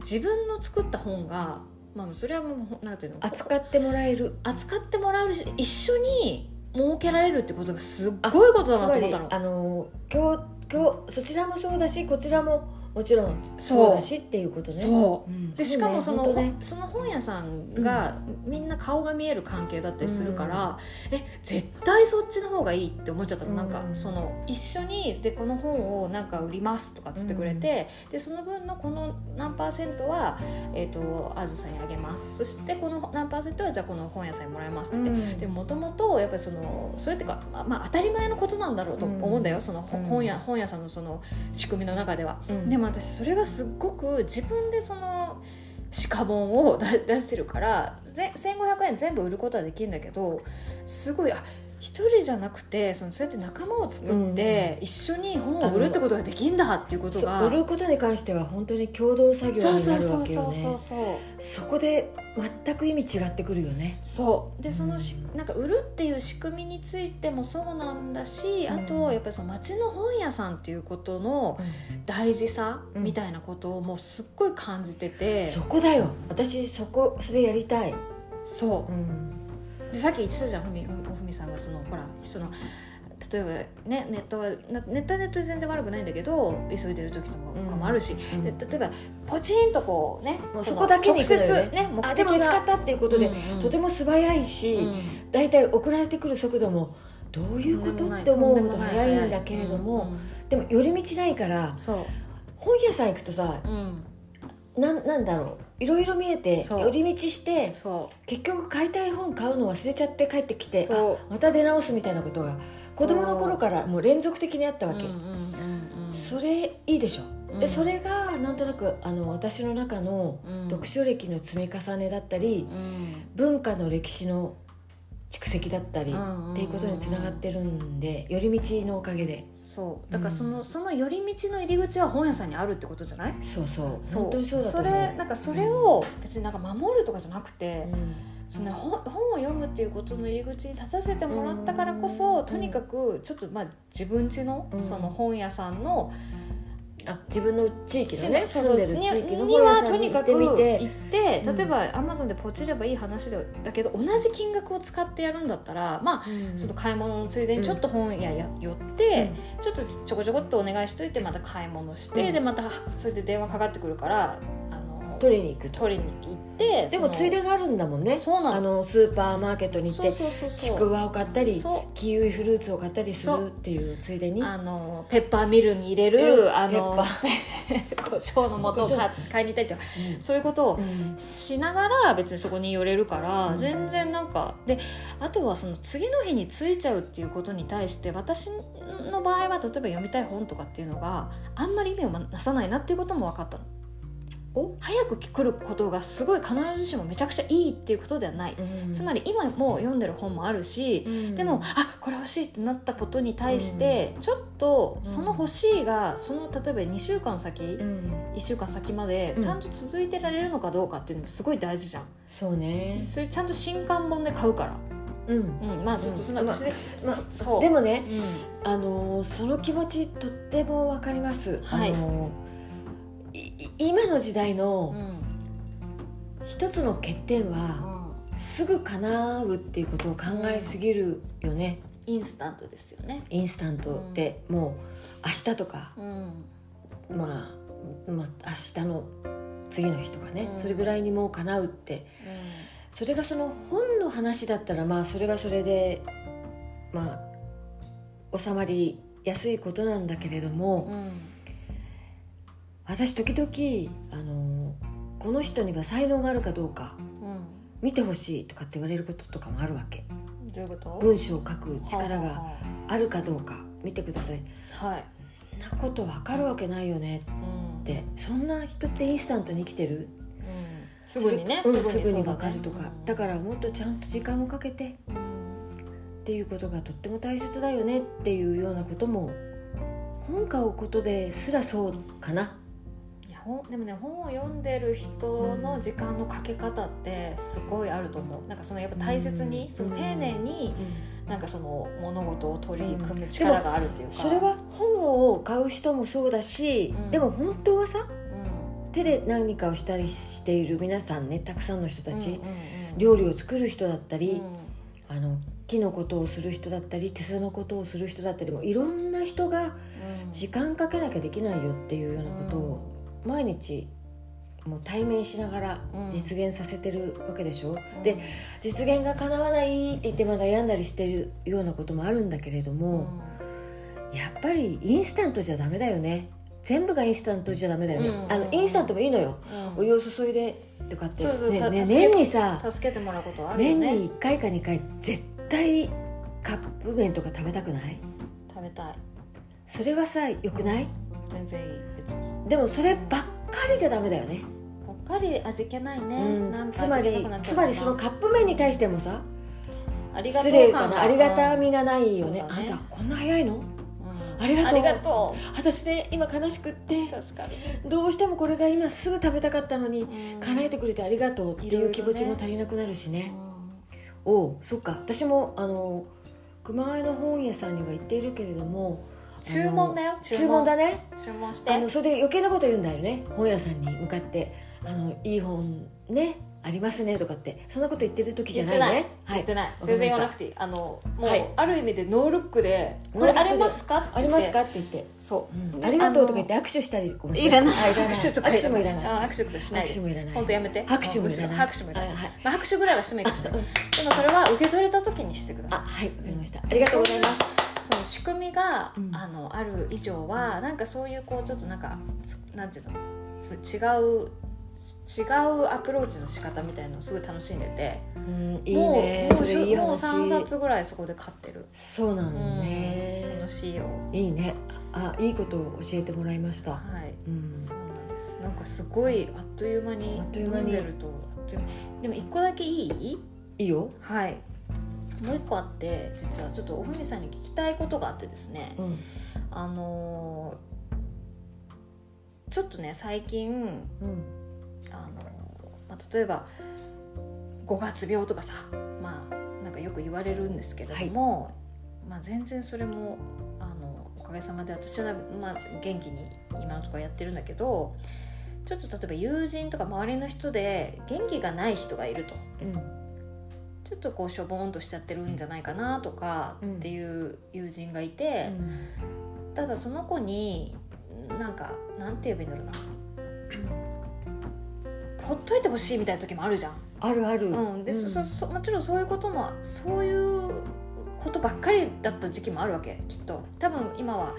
Speaker 1: 自分の作った本が、まあ、それはもうなんていうの
Speaker 2: 扱ってもらえる
Speaker 1: 扱ってもらうし一緒に儲けられるってことがすっごいことだ
Speaker 2: つ
Speaker 1: な
Speaker 2: ま
Speaker 1: と思っ
Speaker 2: り
Speaker 1: たの
Speaker 2: あの今日今日そちらもそうだしこちらももちろん
Speaker 1: そう
Speaker 2: そうだしっていうことね
Speaker 1: そう
Speaker 2: うん
Speaker 1: で
Speaker 2: そ
Speaker 1: し
Speaker 2: うね
Speaker 1: かもその
Speaker 2: 本当ね
Speaker 1: その本屋さんがみんな顔が見える関係だったりするから、え絶対そっちの方がいいって思っちゃったの、
Speaker 2: うん
Speaker 1: なんかその一緒にでこの本をなんか売りますとかっつってくれて、でその分のこの何パーセントは、えー、とあずさんにあげますそしてこの何パーセントはじゃあこの本屋さんにもらいますって言って。
Speaker 2: うん
Speaker 1: でもともとやっぱりそのそれってか、まあまあ、当たり前のことなんだろうと思うんだよ、
Speaker 2: うん
Speaker 1: その
Speaker 2: うん
Speaker 1: 本屋本屋さんのその仕組みの中では。
Speaker 2: うん
Speaker 1: でも私それがすっごく自分でその鹿本を出出してるからぜ1500円全部売ることはできるんだけどすごいあ一人じゃなくてそのそうやって仲間を作って一緒に本を売るってことができるんだっていうことが
Speaker 2: そう売ることに関しては本当に共同作業になる
Speaker 1: そう
Speaker 2: わけ
Speaker 1: そ
Speaker 2: よ
Speaker 1: う
Speaker 2: ね
Speaker 1: そうそうそうそう
Speaker 2: そこで全く意味違ってくるよね
Speaker 1: そうでそのし
Speaker 2: うん
Speaker 1: なんか売るっていう仕組みについてもそうなんだしあ
Speaker 2: う
Speaker 1: と
Speaker 2: ん
Speaker 1: やっぱりその町の本屋さんっていうことの大事さみたいなことをもうすっごい感じてて、
Speaker 2: そこだよ私そこそれやりたい、
Speaker 1: そう
Speaker 2: うん
Speaker 1: でさっき言ってたじゃんふみふふみさんがそのほらその例えばねネットはなネットはネットで全然悪くないんだけど急いでる時とかもあるし、で例えばポチンとこうね
Speaker 2: もう
Speaker 1: の
Speaker 2: そこだけに行くのよね
Speaker 1: 直接ね目
Speaker 2: あ
Speaker 1: 的
Speaker 2: でも見つか
Speaker 1: が
Speaker 2: ったっていうことで、
Speaker 1: うんうん
Speaker 2: とても素早いし、
Speaker 1: うん
Speaker 2: だいたい送られてくる速度もどういうことって思うほど早いんだけれども、
Speaker 1: うん
Speaker 2: でも寄り道ないから
Speaker 1: そ
Speaker 2: 本屋さん行くとさ
Speaker 1: う、うん、
Speaker 2: なんなんだろういろいろ見えて
Speaker 1: そう
Speaker 2: 寄り道して
Speaker 1: そ
Speaker 2: 結局買いたい本買うの忘れちゃって帰ってきてあ
Speaker 1: そう
Speaker 2: また出直すみたいなことが
Speaker 1: う
Speaker 2: 子供の頃からもう連続的にあったわけ、
Speaker 1: うんうんうんうん
Speaker 2: それいいでしょ、
Speaker 1: うん
Speaker 2: でそれがなんとなくあの私の中の
Speaker 1: うん
Speaker 2: 読書歴の積み重ねだったり、
Speaker 1: うん
Speaker 2: 文化の歴史の蓄積だったり、
Speaker 1: うんうんうん
Speaker 2: っていうことにつながってるんで寄り道のおかげで
Speaker 1: そうだからその、その寄り道の入り口は本屋さんにあるってことじゃない
Speaker 2: そうそう
Speaker 1: そう
Speaker 2: 本当にそうだと
Speaker 1: そ
Speaker 2: 思う
Speaker 1: れなんかそれを別になんか守るとかじゃなくて、
Speaker 2: うん
Speaker 1: その本本を読むっていうことの入り口に立たせてもらったからこそ、
Speaker 2: うん
Speaker 1: とにかくちょっとまあ自分家の、
Speaker 2: うん
Speaker 1: その本屋さんの
Speaker 2: あ自分の地域のね
Speaker 1: そう
Speaker 2: 住
Speaker 1: そ
Speaker 2: ん
Speaker 1: う
Speaker 2: でる地域の
Speaker 1: にに
Speaker 2: 本屋
Speaker 1: は
Speaker 2: さ
Speaker 1: と
Speaker 2: ん
Speaker 1: に
Speaker 2: に行
Speaker 1: か
Speaker 2: っ
Speaker 1: く
Speaker 2: てみ
Speaker 1: 行って
Speaker 2: てうん
Speaker 1: 例えばアマゾンでポチればいい話でだけど同じ金額を使ってやるんだったらまあちょっと買い物のついでにちょっと本屋や寄って、ちょっとちょこちょこっとお願いしといてまた買い物して、
Speaker 2: うん
Speaker 1: でまたそれで電話かかってくるからあの
Speaker 2: 取りに行くと
Speaker 1: 取りに行って
Speaker 2: でもついでがあるんだもんね
Speaker 1: そうな
Speaker 2: あ
Speaker 1: の
Speaker 2: のスーパーマーケットに行っ
Speaker 1: そう
Speaker 2: て
Speaker 1: そうそうそう
Speaker 2: ちくわを買ったり
Speaker 1: そう
Speaker 2: キウイフルーツを買ったりするっていうついでに
Speaker 1: あのペッパーミルに入れ
Speaker 2: う
Speaker 1: る
Speaker 2: ん
Speaker 1: あの
Speaker 2: ペ
Speaker 1: 胡椒の素を買買いに行ったりとかそういうことを
Speaker 2: うん
Speaker 1: しながら別にそこに寄れるから、
Speaker 2: うん
Speaker 1: 全然なんかであとはその次の日に着いちゃうっていうことに対して私の場合は例えば読みたい本とかっていうのがあんまり意味をなさないなっていうことも分かったの。
Speaker 2: お
Speaker 1: 早く来ることがすごい必ずしもめちゃくちゃいいっていうことではない、
Speaker 2: うん
Speaker 1: つまり今もう読んでる本もあるし、
Speaker 2: うん
Speaker 1: でも、あこれ欲しいってなったことに対して、ちょっとその欲しいがその例えば2週間先、
Speaker 2: うん
Speaker 1: 1週間先まで
Speaker 2: うん
Speaker 1: ちゃんと続いてられるのかどうかっていうのもすごい大事じゃん、
Speaker 2: そうね
Speaker 1: それちゃんと新刊本で買うから
Speaker 2: うん
Speaker 1: うん、まあちょっとその
Speaker 2: うん
Speaker 1: 私で、
Speaker 2: まあ
Speaker 1: そう
Speaker 2: でもね
Speaker 1: うん
Speaker 2: あのーその気持ちとってもわかります、
Speaker 1: はい
Speaker 2: あのーい今の時代
Speaker 1: う
Speaker 2: の
Speaker 1: ん
Speaker 2: 一つの欠点は、すぐ叶うっていうことを考えすぎるよね、
Speaker 1: インスタントですよね。
Speaker 2: インスタントってもう明日とか、
Speaker 1: うん、
Speaker 2: まあ、まあ明日の次の日とかね、
Speaker 1: うん
Speaker 2: それぐらいにもう叶うってそれがその本の話だったらまあそれはそれでまあ収まりやすいことなんだけれども、
Speaker 1: うん、
Speaker 2: 私時々あのこの人には才能があるかどうか
Speaker 1: うん、
Speaker 2: 見てほしいとかって言われることとかもあるわけ
Speaker 1: どういうこと？
Speaker 2: 文章を書く力が
Speaker 1: は
Speaker 2: あるかどうか見てください
Speaker 1: あ。はい。
Speaker 2: そんなことわかるわけないよね
Speaker 1: うん
Speaker 2: っ、てそんな人ってインスタントに生きてる
Speaker 1: うん、すぐにね、、
Speaker 2: うんすぐに分かるとかだ,、かららもっとちゃんと時間をかけて
Speaker 1: うん
Speaker 2: っていうことがとっても大切だよねっていうようなことも本買うことですらそうかな、
Speaker 1: いや本でもね本を読んでる人の時間のかけ方ってすごいあると思うなんかそのやっぱ大切に、
Speaker 2: うん
Speaker 1: その丁寧になんかその物事を取り組む力があるっていうか、
Speaker 2: それは本を買う人もそうだし、
Speaker 1: うん
Speaker 2: でも本当はさ
Speaker 1: うん、
Speaker 2: 手で何かをしたりしている皆さんねたくさんの人たち、
Speaker 1: うんうんうん
Speaker 2: 料理を作る人だった
Speaker 1: う
Speaker 2: り、
Speaker 1: ん
Speaker 2: あの木のことをする人だったり鉄のことをする人だったりもいろんな人が
Speaker 1: うん
Speaker 2: 時間かけなきゃできないよっていうようなことを毎日もう対面しながら
Speaker 1: うん
Speaker 2: 実現させてるわけでしょ、
Speaker 1: うん
Speaker 2: で実現が叶わないって言ってまだ病んだりしてるようなこともあるんだけれど
Speaker 1: うん
Speaker 2: も、やっぱりインスタントじゃダメだよね全部がインスタントじゃダメだよね、
Speaker 1: うん
Speaker 2: あのインスタントもいいのよ、
Speaker 1: うん
Speaker 2: お湯を注いでとかって
Speaker 1: そうそう
Speaker 2: ね
Speaker 1: た
Speaker 2: ね
Speaker 1: 助け
Speaker 2: 年にさ、
Speaker 1: 助けてもらうことあるよ
Speaker 2: 年
Speaker 1: ね
Speaker 2: に1回か2回絶対カップ麺とか食べたくない
Speaker 1: 食べたい
Speaker 2: それはさ良くない、
Speaker 1: 全然いい別に
Speaker 2: でもそればっかりじゃダメだよね
Speaker 1: ばっかり味気ないね、な
Speaker 2: うんん、
Speaker 1: か
Speaker 2: つ
Speaker 1: 味
Speaker 2: ま
Speaker 1: 気
Speaker 2: り
Speaker 1: なくなっちゃ
Speaker 2: つ
Speaker 1: うか
Speaker 2: ま
Speaker 1: な
Speaker 2: りそのカップ麺に対してもさ
Speaker 1: ありがと
Speaker 2: 失
Speaker 1: う
Speaker 2: 礼か
Speaker 1: 感
Speaker 2: な
Speaker 1: が
Speaker 2: ありがたみがないよね,、
Speaker 1: うん
Speaker 2: あん
Speaker 1: そうだ
Speaker 2: たこんな早いの
Speaker 1: うん
Speaker 2: ありがとう
Speaker 1: ありがと
Speaker 2: 私ね今悲しくって
Speaker 1: う助かる、
Speaker 2: どうしてもこれが今すぐ食べたかったのに
Speaker 1: うん
Speaker 2: 叶えてくれてありがとうって
Speaker 1: いろい
Speaker 2: い
Speaker 1: ろ
Speaker 2: う
Speaker 1: ね
Speaker 2: 気持ちも足りなくなるし
Speaker 1: う
Speaker 2: ね
Speaker 1: ん
Speaker 2: おうそっか私もあの熊谷の本屋さんには行っているけれども
Speaker 1: 注文だよ
Speaker 2: 注文だね
Speaker 1: 注文して
Speaker 2: あのそれで余計なこと言うんだよね本屋さんに向かってあのいい本ねありますねとかってそんなこと言ってる時じゃないねは
Speaker 1: 言っ
Speaker 2: い
Speaker 1: てない
Speaker 2: ました
Speaker 1: 全然言わなくていいあのもう、
Speaker 2: はい
Speaker 1: ある意味でノールックで「これ
Speaker 2: ノールックで
Speaker 1: ありますか?」って
Speaker 2: ありますかって言って
Speaker 1: そう、
Speaker 2: ありがとうとか言って握手したりこう
Speaker 1: いらない
Speaker 2: あいらない
Speaker 1: 握手とか
Speaker 2: 握手もいらない
Speaker 1: あ握手とかしない
Speaker 2: 握
Speaker 1: で
Speaker 2: 手もいらない
Speaker 1: 本当やめて
Speaker 2: 拍手もいらない
Speaker 1: 拍手もいらない、
Speaker 2: あはい
Speaker 1: まあ、拍手ぐらいはしてもいいかもしれない
Speaker 2: うん
Speaker 1: でもそれは受け取れた時にしてくだ
Speaker 2: あ
Speaker 1: さい
Speaker 2: はいわかりましたありがとうございます
Speaker 1: その仕組みが、
Speaker 2: うん
Speaker 1: あのある以上はなんかそういうこうちょっとなんかつなんていうのつ違う違うアプローチの仕方みたいのをすごい楽しんでて
Speaker 2: うんいい
Speaker 1: もう
Speaker 2: ね
Speaker 1: もう
Speaker 2: それいい
Speaker 1: もう3
Speaker 2: 話
Speaker 1: 冊ぐらいそこで買ってる、
Speaker 2: そうな
Speaker 1: う
Speaker 2: の
Speaker 1: ん
Speaker 2: ね
Speaker 1: 楽しいよ
Speaker 2: いいねあいいことを教えてもらいました
Speaker 1: はい
Speaker 2: うん
Speaker 1: そうなんですなんかすごいあっという間に
Speaker 2: あっとい
Speaker 1: 飲
Speaker 2: う間
Speaker 1: ん
Speaker 2: に
Speaker 1: でるとあっという間でも1個だけいい
Speaker 2: いいよ
Speaker 1: はいもう1個あって実はちょっとおふみさんに聞きたいことがあってですね、
Speaker 2: うん
Speaker 1: あのーちょっとね最近、
Speaker 2: うん
Speaker 1: あのーまあ、例えば五月病とかさまあなんかよく言われるんですけれども、まあ、全然それもあのおかげさまで私は、まあ、元気に今のところやってるんだけどちょっと例えば友人とか周りの人で元気がない人がいると。
Speaker 2: うん
Speaker 1: ちょっとこうしょぼーんとしちゃってるんじゃないかなとかっていう友人がいて、ただその子になんかなんて言えばいいんだろうなほっといてほしいみたいな時もあるじゃん、
Speaker 2: あるある
Speaker 1: うんでそそそもちろんそういうこともそういうことばっかりだった時期もあるわけきっと多分今は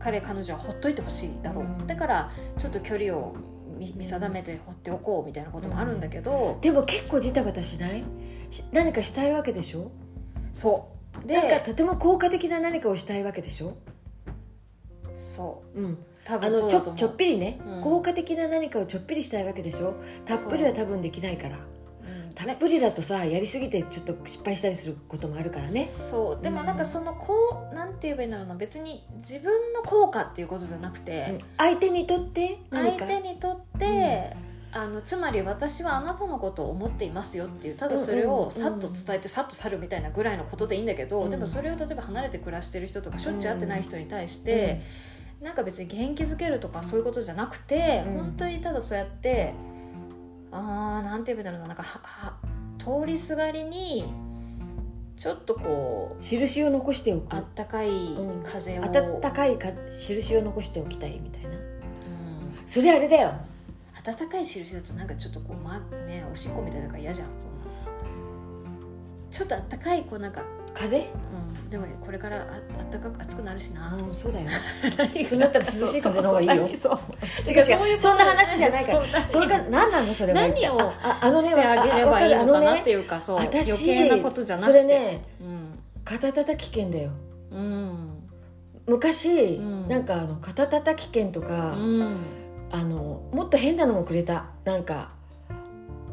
Speaker 1: 彼彼女はほっといてほしいだろう、
Speaker 2: うん
Speaker 1: だからちょっと距離を見見定めて放っておこうみたいなこともあるんだけど、
Speaker 2: でも結構ジタバタしないし何かしたいわけでしょ
Speaker 1: そう
Speaker 2: なんか
Speaker 1: で
Speaker 2: とても効果的な何かをしたいわけでしょ
Speaker 1: そう
Speaker 2: うん
Speaker 1: 多
Speaker 2: あ
Speaker 1: 分そ
Speaker 2: の
Speaker 1: う
Speaker 2: ち
Speaker 1: だ
Speaker 2: ょ
Speaker 1: と思う
Speaker 2: ちょっぴりね、
Speaker 1: うん
Speaker 2: 効果的な何かをちょっぴりしたいわけでしょたっぷりは多分できないから
Speaker 1: うん
Speaker 2: たっぷりだとさやりすぎてちょっと失敗したりすることもあるからね
Speaker 1: そうでも
Speaker 2: うん
Speaker 1: なんかそのこうなんて言えばいいんだろうな別に自分の効果っていうことじゃなく
Speaker 2: うん
Speaker 1: て、
Speaker 2: 相手にとって何
Speaker 1: 相
Speaker 2: か
Speaker 1: 手にとって、あのつまり私はあなたのことを思っていますよっていうただそれ
Speaker 2: うんうんう
Speaker 1: を
Speaker 2: ん
Speaker 1: さっと伝えてさっと去るみたいなぐらいのことでいいんだけど、
Speaker 2: うん
Speaker 1: でもそれを例えば離れて暮らしてる人とかしょっちゅう会ってない人に対して、なんか別に元気づけるとかそういうことじゃなくて、
Speaker 2: うん
Speaker 1: 本当にただそうやってあーなんて言えばいいんだろうななんかはは通りすがりにちょっとこう
Speaker 2: 印を残しておく
Speaker 1: あったかい風を、
Speaker 2: 温かい数印を残しておきたいみたいな
Speaker 1: うん
Speaker 2: それあれだよ
Speaker 1: 温かい印だとなんかちょっとこう、まね、おしっこみたいだから嫌じゃんそんなちょっとあったかいこうなんか、
Speaker 2: 風邪
Speaker 1: うん、でもこれからああったかく暑くなるしな、
Speaker 2: うんそうだ よ
Speaker 1: そ
Speaker 2: それだったら涼しい風の方がいいよ
Speaker 1: そう
Speaker 2: 違う
Speaker 1: 違う
Speaker 2: 違う
Speaker 1: 違う
Speaker 2: そんな話じゃないから
Speaker 1: ら
Speaker 2: それが何なのそれは
Speaker 1: 何を
Speaker 2: ああのね
Speaker 1: してあげればいいのかなって
Speaker 2: い
Speaker 1: いうかそう
Speaker 2: あ私
Speaker 1: 余計なことじゃなくて
Speaker 2: それね
Speaker 1: うん
Speaker 2: 肩たたき券だよ
Speaker 1: うん
Speaker 2: 昔、
Speaker 1: うん
Speaker 2: なんかあの肩たたき券とか、
Speaker 1: うん
Speaker 2: あのもっと変なのもくれたなんか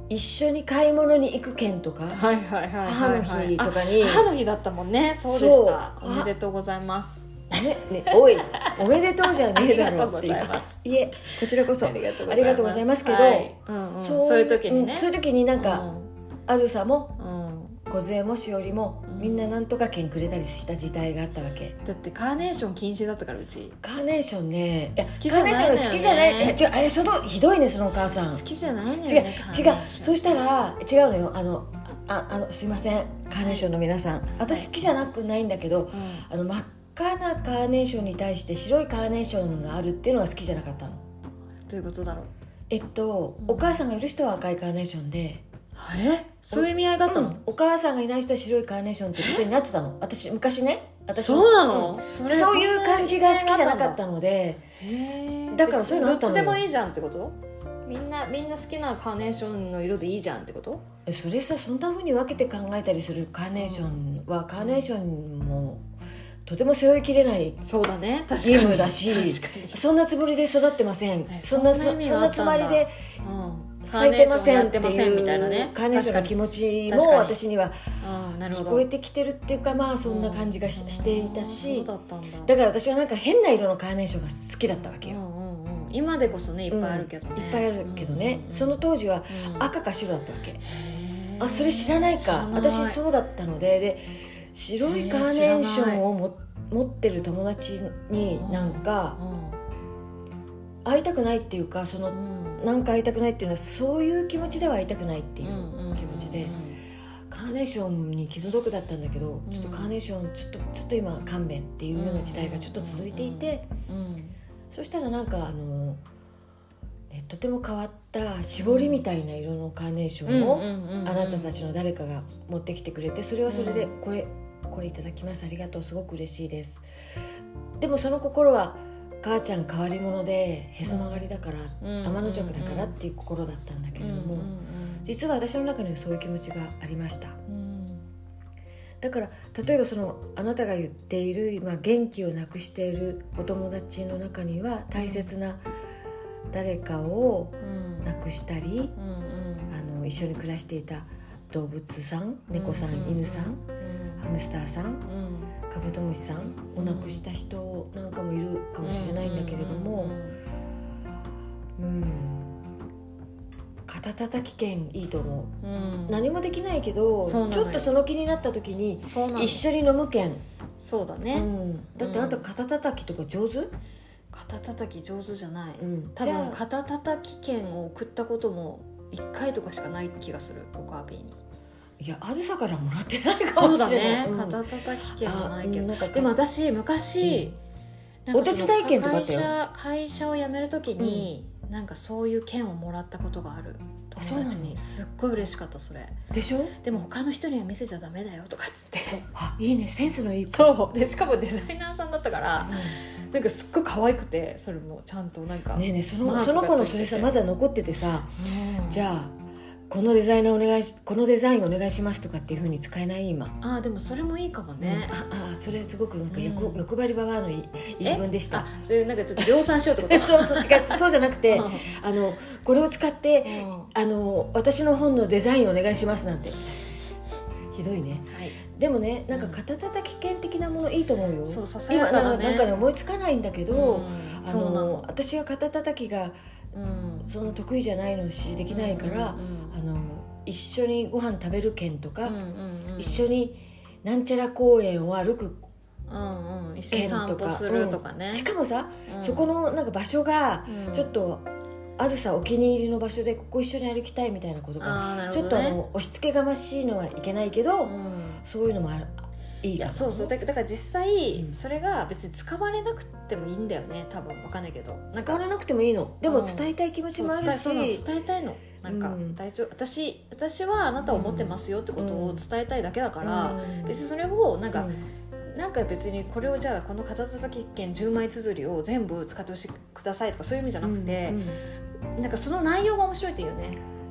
Speaker 2: 一緒に買い物に行く券とか、
Speaker 1: はいはいはい
Speaker 2: 母
Speaker 1: はい
Speaker 2: の
Speaker 1: はい
Speaker 2: 日と
Speaker 1: あ
Speaker 2: かに、
Speaker 1: 母の日だったもんねそうでした
Speaker 2: そ
Speaker 1: お
Speaker 2: う
Speaker 1: めでとうございます
Speaker 2: ねね、おいおめでとうじゃ
Speaker 1: あ
Speaker 2: ねえ
Speaker 1: り
Speaker 2: だ
Speaker 1: がと
Speaker 2: ろ
Speaker 1: う
Speaker 2: うっ
Speaker 1: ご
Speaker 2: て
Speaker 1: ざ
Speaker 2: いう
Speaker 1: います
Speaker 2: いえこちらこそ
Speaker 1: ありがとう
Speaker 2: ありがとうございますけど
Speaker 1: はいうんうんそういう時にね
Speaker 2: んそういう時になんか、あずさも
Speaker 1: うんうん
Speaker 2: 梢もしおりも、
Speaker 1: うん
Speaker 2: みんななんとか券くれたりした時代があったわけ
Speaker 1: だってカーネーション禁止だったからうち
Speaker 2: カーネーションねいや
Speaker 1: 好きじゃないのよね
Speaker 2: カーネーション好きじゃないえ違うあれそのひどいねそのお母さん
Speaker 1: 好きじゃないの
Speaker 2: 違
Speaker 1: よ
Speaker 2: う
Speaker 1: ねカー
Speaker 2: 違
Speaker 1: ネ
Speaker 2: う
Speaker 1: ーション
Speaker 2: そうしたら違うのよあのああのすいませんカーネーションの皆さん私好きじゃなくないんだけど
Speaker 1: うん
Speaker 2: あの真っ赤なカーネーションに対して白いカーネーションがあるっていうのが好きじゃなかったの
Speaker 1: どういうことだろう
Speaker 2: えっと、
Speaker 1: うん
Speaker 2: お母さんがいる人は赤いカーネーションで
Speaker 1: えそういう意味合いがあった
Speaker 2: う
Speaker 1: の
Speaker 2: んお母さんがいない人は白いカーネーションってことになってたの私昔ね私も
Speaker 1: そうなの
Speaker 2: ん
Speaker 1: それ
Speaker 2: そういう感じが好きじゃ
Speaker 1: ん
Speaker 2: なかっ
Speaker 1: だ
Speaker 2: たので
Speaker 1: へー
Speaker 2: だからそういうのあったの
Speaker 1: 別にどっ
Speaker 2: よ
Speaker 1: ちでもいいじゃんってことみんなみんな好きなカーネーションの色でいいじゃんってこと
Speaker 2: えそれさそんな風に分けて考えたりするカーネーションは、カーネーションもとても背負いきれない
Speaker 1: そうだね確
Speaker 2: 任
Speaker 1: かに
Speaker 2: 務だし
Speaker 1: 確かに
Speaker 2: そんなつもりで育ってません
Speaker 1: え
Speaker 2: そんなそ
Speaker 1: そんな意味
Speaker 2: そ
Speaker 1: が
Speaker 2: ん
Speaker 1: あ
Speaker 2: な
Speaker 1: っ
Speaker 2: つ
Speaker 1: たんだ
Speaker 2: もりで
Speaker 1: うんカ
Speaker 2: 咲
Speaker 1: ー
Speaker 2: い
Speaker 1: ネー
Speaker 2: て
Speaker 1: シ
Speaker 2: ま
Speaker 1: ョン
Speaker 2: せ
Speaker 1: や
Speaker 2: ん
Speaker 1: っ
Speaker 2: って
Speaker 1: てま
Speaker 2: い
Speaker 1: せん
Speaker 2: う
Speaker 1: みたいなね
Speaker 2: カーネーションの
Speaker 1: 確
Speaker 2: 気持ち
Speaker 1: 確か
Speaker 2: も
Speaker 1: に
Speaker 2: 私には
Speaker 1: うんなるほ
Speaker 2: 聞
Speaker 1: ど
Speaker 2: こえてきてるっていうかまあそんな感じがし,、
Speaker 1: うん
Speaker 2: ていたし
Speaker 1: そうだったんだ
Speaker 2: だから私はなんか変な色のカーネーションが好きだったわけ
Speaker 1: う
Speaker 2: よ、
Speaker 1: んうんうん今でこそねいっぱいあるけどね、
Speaker 2: いっぱいあるけどね、その当時は赤か白だったわけ、あそれ知らないか私
Speaker 1: う
Speaker 2: そうだったのでで白いカーネーションをも持ってる友達になんか
Speaker 1: ん
Speaker 2: 会いたくないっていうかその
Speaker 1: うん
Speaker 2: なんか会いたくないっていうのはそういう気持ちでは会いたくないってい
Speaker 1: うんうんう
Speaker 2: うん気持ちでカーネーションに気の毒だったんだけどちょっとカーネーションちょっとちょっと今勘弁っていうような時代がちょっと続いていて
Speaker 1: うん
Speaker 2: そしたらなんかあのえとても変わった絞りみたいな色のカーネーションを、あなたたちの誰かが持ってきてくれてそれはそれで
Speaker 1: う
Speaker 2: これこれいただきますありがとうすごく嬉しいですでもその心は母ちゃん変わり者でへそ曲がりだから天の弱だからっていう心だったんだけれども実は私の中にはそういう気持ちがありましただから例えばそのあなたが言っている今元気をなくしているお友達の中には大切な誰かを亡くしたりあの一緒に暮らしていた動物さん猫さん、
Speaker 1: うん
Speaker 2: 犬さんハムスターさんカブトムシさんを亡くした人なんかもいるかもしれないんだけれども、うん肩たたき券いいと思う何もできないけど
Speaker 1: そうなの
Speaker 2: ち
Speaker 1: よ
Speaker 2: ょっとその気になった時に
Speaker 1: そうなの
Speaker 2: 一緒に飲む券、
Speaker 1: そうだ
Speaker 2: う
Speaker 1: ね
Speaker 2: ん、だってあなた肩たたきとか上手、
Speaker 1: 肩たたき上手じゃない
Speaker 2: うん、
Speaker 1: 多
Speaker 2: じゃ
Speaker 1: 分
Speaker 2: あ
Speaker 1: 肩たたき券を送ったことも一回とかしかない気がする僕は B に
Speaker 2: いやあずさからもらってないか
Speaker 1: そ
Speaker 2: も
Speaker 1: うだ
Speaker 2: しれない
Speaker 1: ね、
Speaker 2: うん
Speaker 1: 肩たたき券はないけ
Speaker 2: あうん
Speaker 1: ど
Speaker 2: なんか
Speaker 1: でも私昔、
Speaker 2: ん
Speaker 1: なんかその
Speaker 2: お手伝い券とかあったよ
Speaker 1: 会社会社を辞める時に、なんかそういう券をもらったことがある
Speaker 2: あそう
Speaker 1: 友
Speaker 2: なの
Speaker 1: 達にすっごい嬉しかったそれ
Speaker 2: でしょ
Speaker 1: でも他の人には見せちゃダメだよとかっつって
Speaker 2: あいいねセンスのいい子
Speaker 1: そうでしかもデザイナーさんだったから
Speaker 2: うん
Speaker 1: なんかすっごい可愛くてそれもちゃんとなんか、
Speaker 2: ねえねえそ
Speaker 1: マー
Speaker 2: の
Speaker 1: ク
Speaker 2: その子
Speaker 1: が
Speaker 2: の
Speaker 1: つい
Speaker 2: そ
Speaker 1: て
Speaker 2: れ
Speaker 1: て
Speaker 2: さまだ残っててさ
Speaker 1: うん
Speaker 2: じゃあこのデザイナーお願いしこのデザインお願いしますとかっていうふうに使えない今
Speaker 1: ああでもそれもいいかもね、
Speaker 2: うんああそれすごくなんか欲,、
Speaker 1: うん
Speaker 2: 欲張りババアのい言い分でした
Speaker 1: あそういうなんかちょっと量産しようってこ
Speaker 2: え
Speaker 1: と
Speaker 2: そうそう違う そうじゃなくて、
Speaker 1: うん
Speaker 2: あのこれを使ってあの私の本のデザインお願いしますなんてひどいね
Speaker 1: はい、
Speaker 2: でもねなんか肩たたき券的なものいいと思うよ
Speaker 1: そうささや
Speaker 2: 今
Speaker 1: か
Speaker 2: な
Speaker 1: だ
Speaker 2: んかなん
Speaker 1: ね
Speaker 2: かね思いつかないんだけど、
Speaker 1: うん
Speaker 2: あ
Speaker 1: そうな
Speaker 2: の
Speaker 1: の
Speaker 2: 私が肩たたきが
Speaker 1: うん
Speaker 2: その得意じゃないのしできないから、
Speaker 1: うん
Speaker 2: あの一緒にご飯食べる券とか、
Speaker 1: うんうんうん
Speaker 2: 一緒になんちゃら公園を歩く
Speaker 1: うんうん一緒に散
Speaker 2: 県と
Speaker 1: 歩
Speaker 2: か
Speaker 1: するとかね
Speaker 2: し、かもさ、
Speaker 1: うん
Speaker 2: そこ、のなんか場所が
Speaker 1: うん
Speaker 2: ちょっと、あずさお気に入りの場所でここ一緒に歩きたいみたいなことが、
Speaker 1: あーなる
Speaker 2: ち
Speaker 1: ほ
Speaker 2: ょっと
Speaker 1: ど
Speaker 2: あ
Speaker 1: ね
Speaker 2: の押し付けがましいのはいけないけど、
Speaker 1: うん
Speaker 2: そういうのもあるいい
Speaker 1: い
Speaker 2: か
Speaker 1: や
Speaker 2: も
Speaker 1: そうそうだだから実際
Speaker 2: うん
Speaker 1: それが別に使われなくてもいいんだよね多分わかんないけどなん
Speaker 2: 使わ
Speaker 1: か
Speaker 2: れなくてもいいので
Speaker 1: う
Speaker 2: も
Speaker 1: ん
Speaker 2: 伝えたい気持ち
Speaker 1: そう
Speaker 2: もあ
Speaker 1: 伝
Speaker 2: る
Speaker 1: え
Speaker 2: し、
Speaker 1: そうなの伝えたいのなんか、
Speaker 2: うん
Speaker 1: 大丈夫私私はあなたを思ってますよってことを伝えたいだけだから、
Speaker 2: うん
Speaker 1: 別にそれをなんか
Speaker 2: う、
Speaker 1: なんか別にこれをじゃあこの肩叩き券10枚綴りを全部使ってほしいくださいとかそういう意味じゃなくて
Speaker 2: うん、
Speaker 1: なんかその内容が面白いっていうね
Speaker 2: うん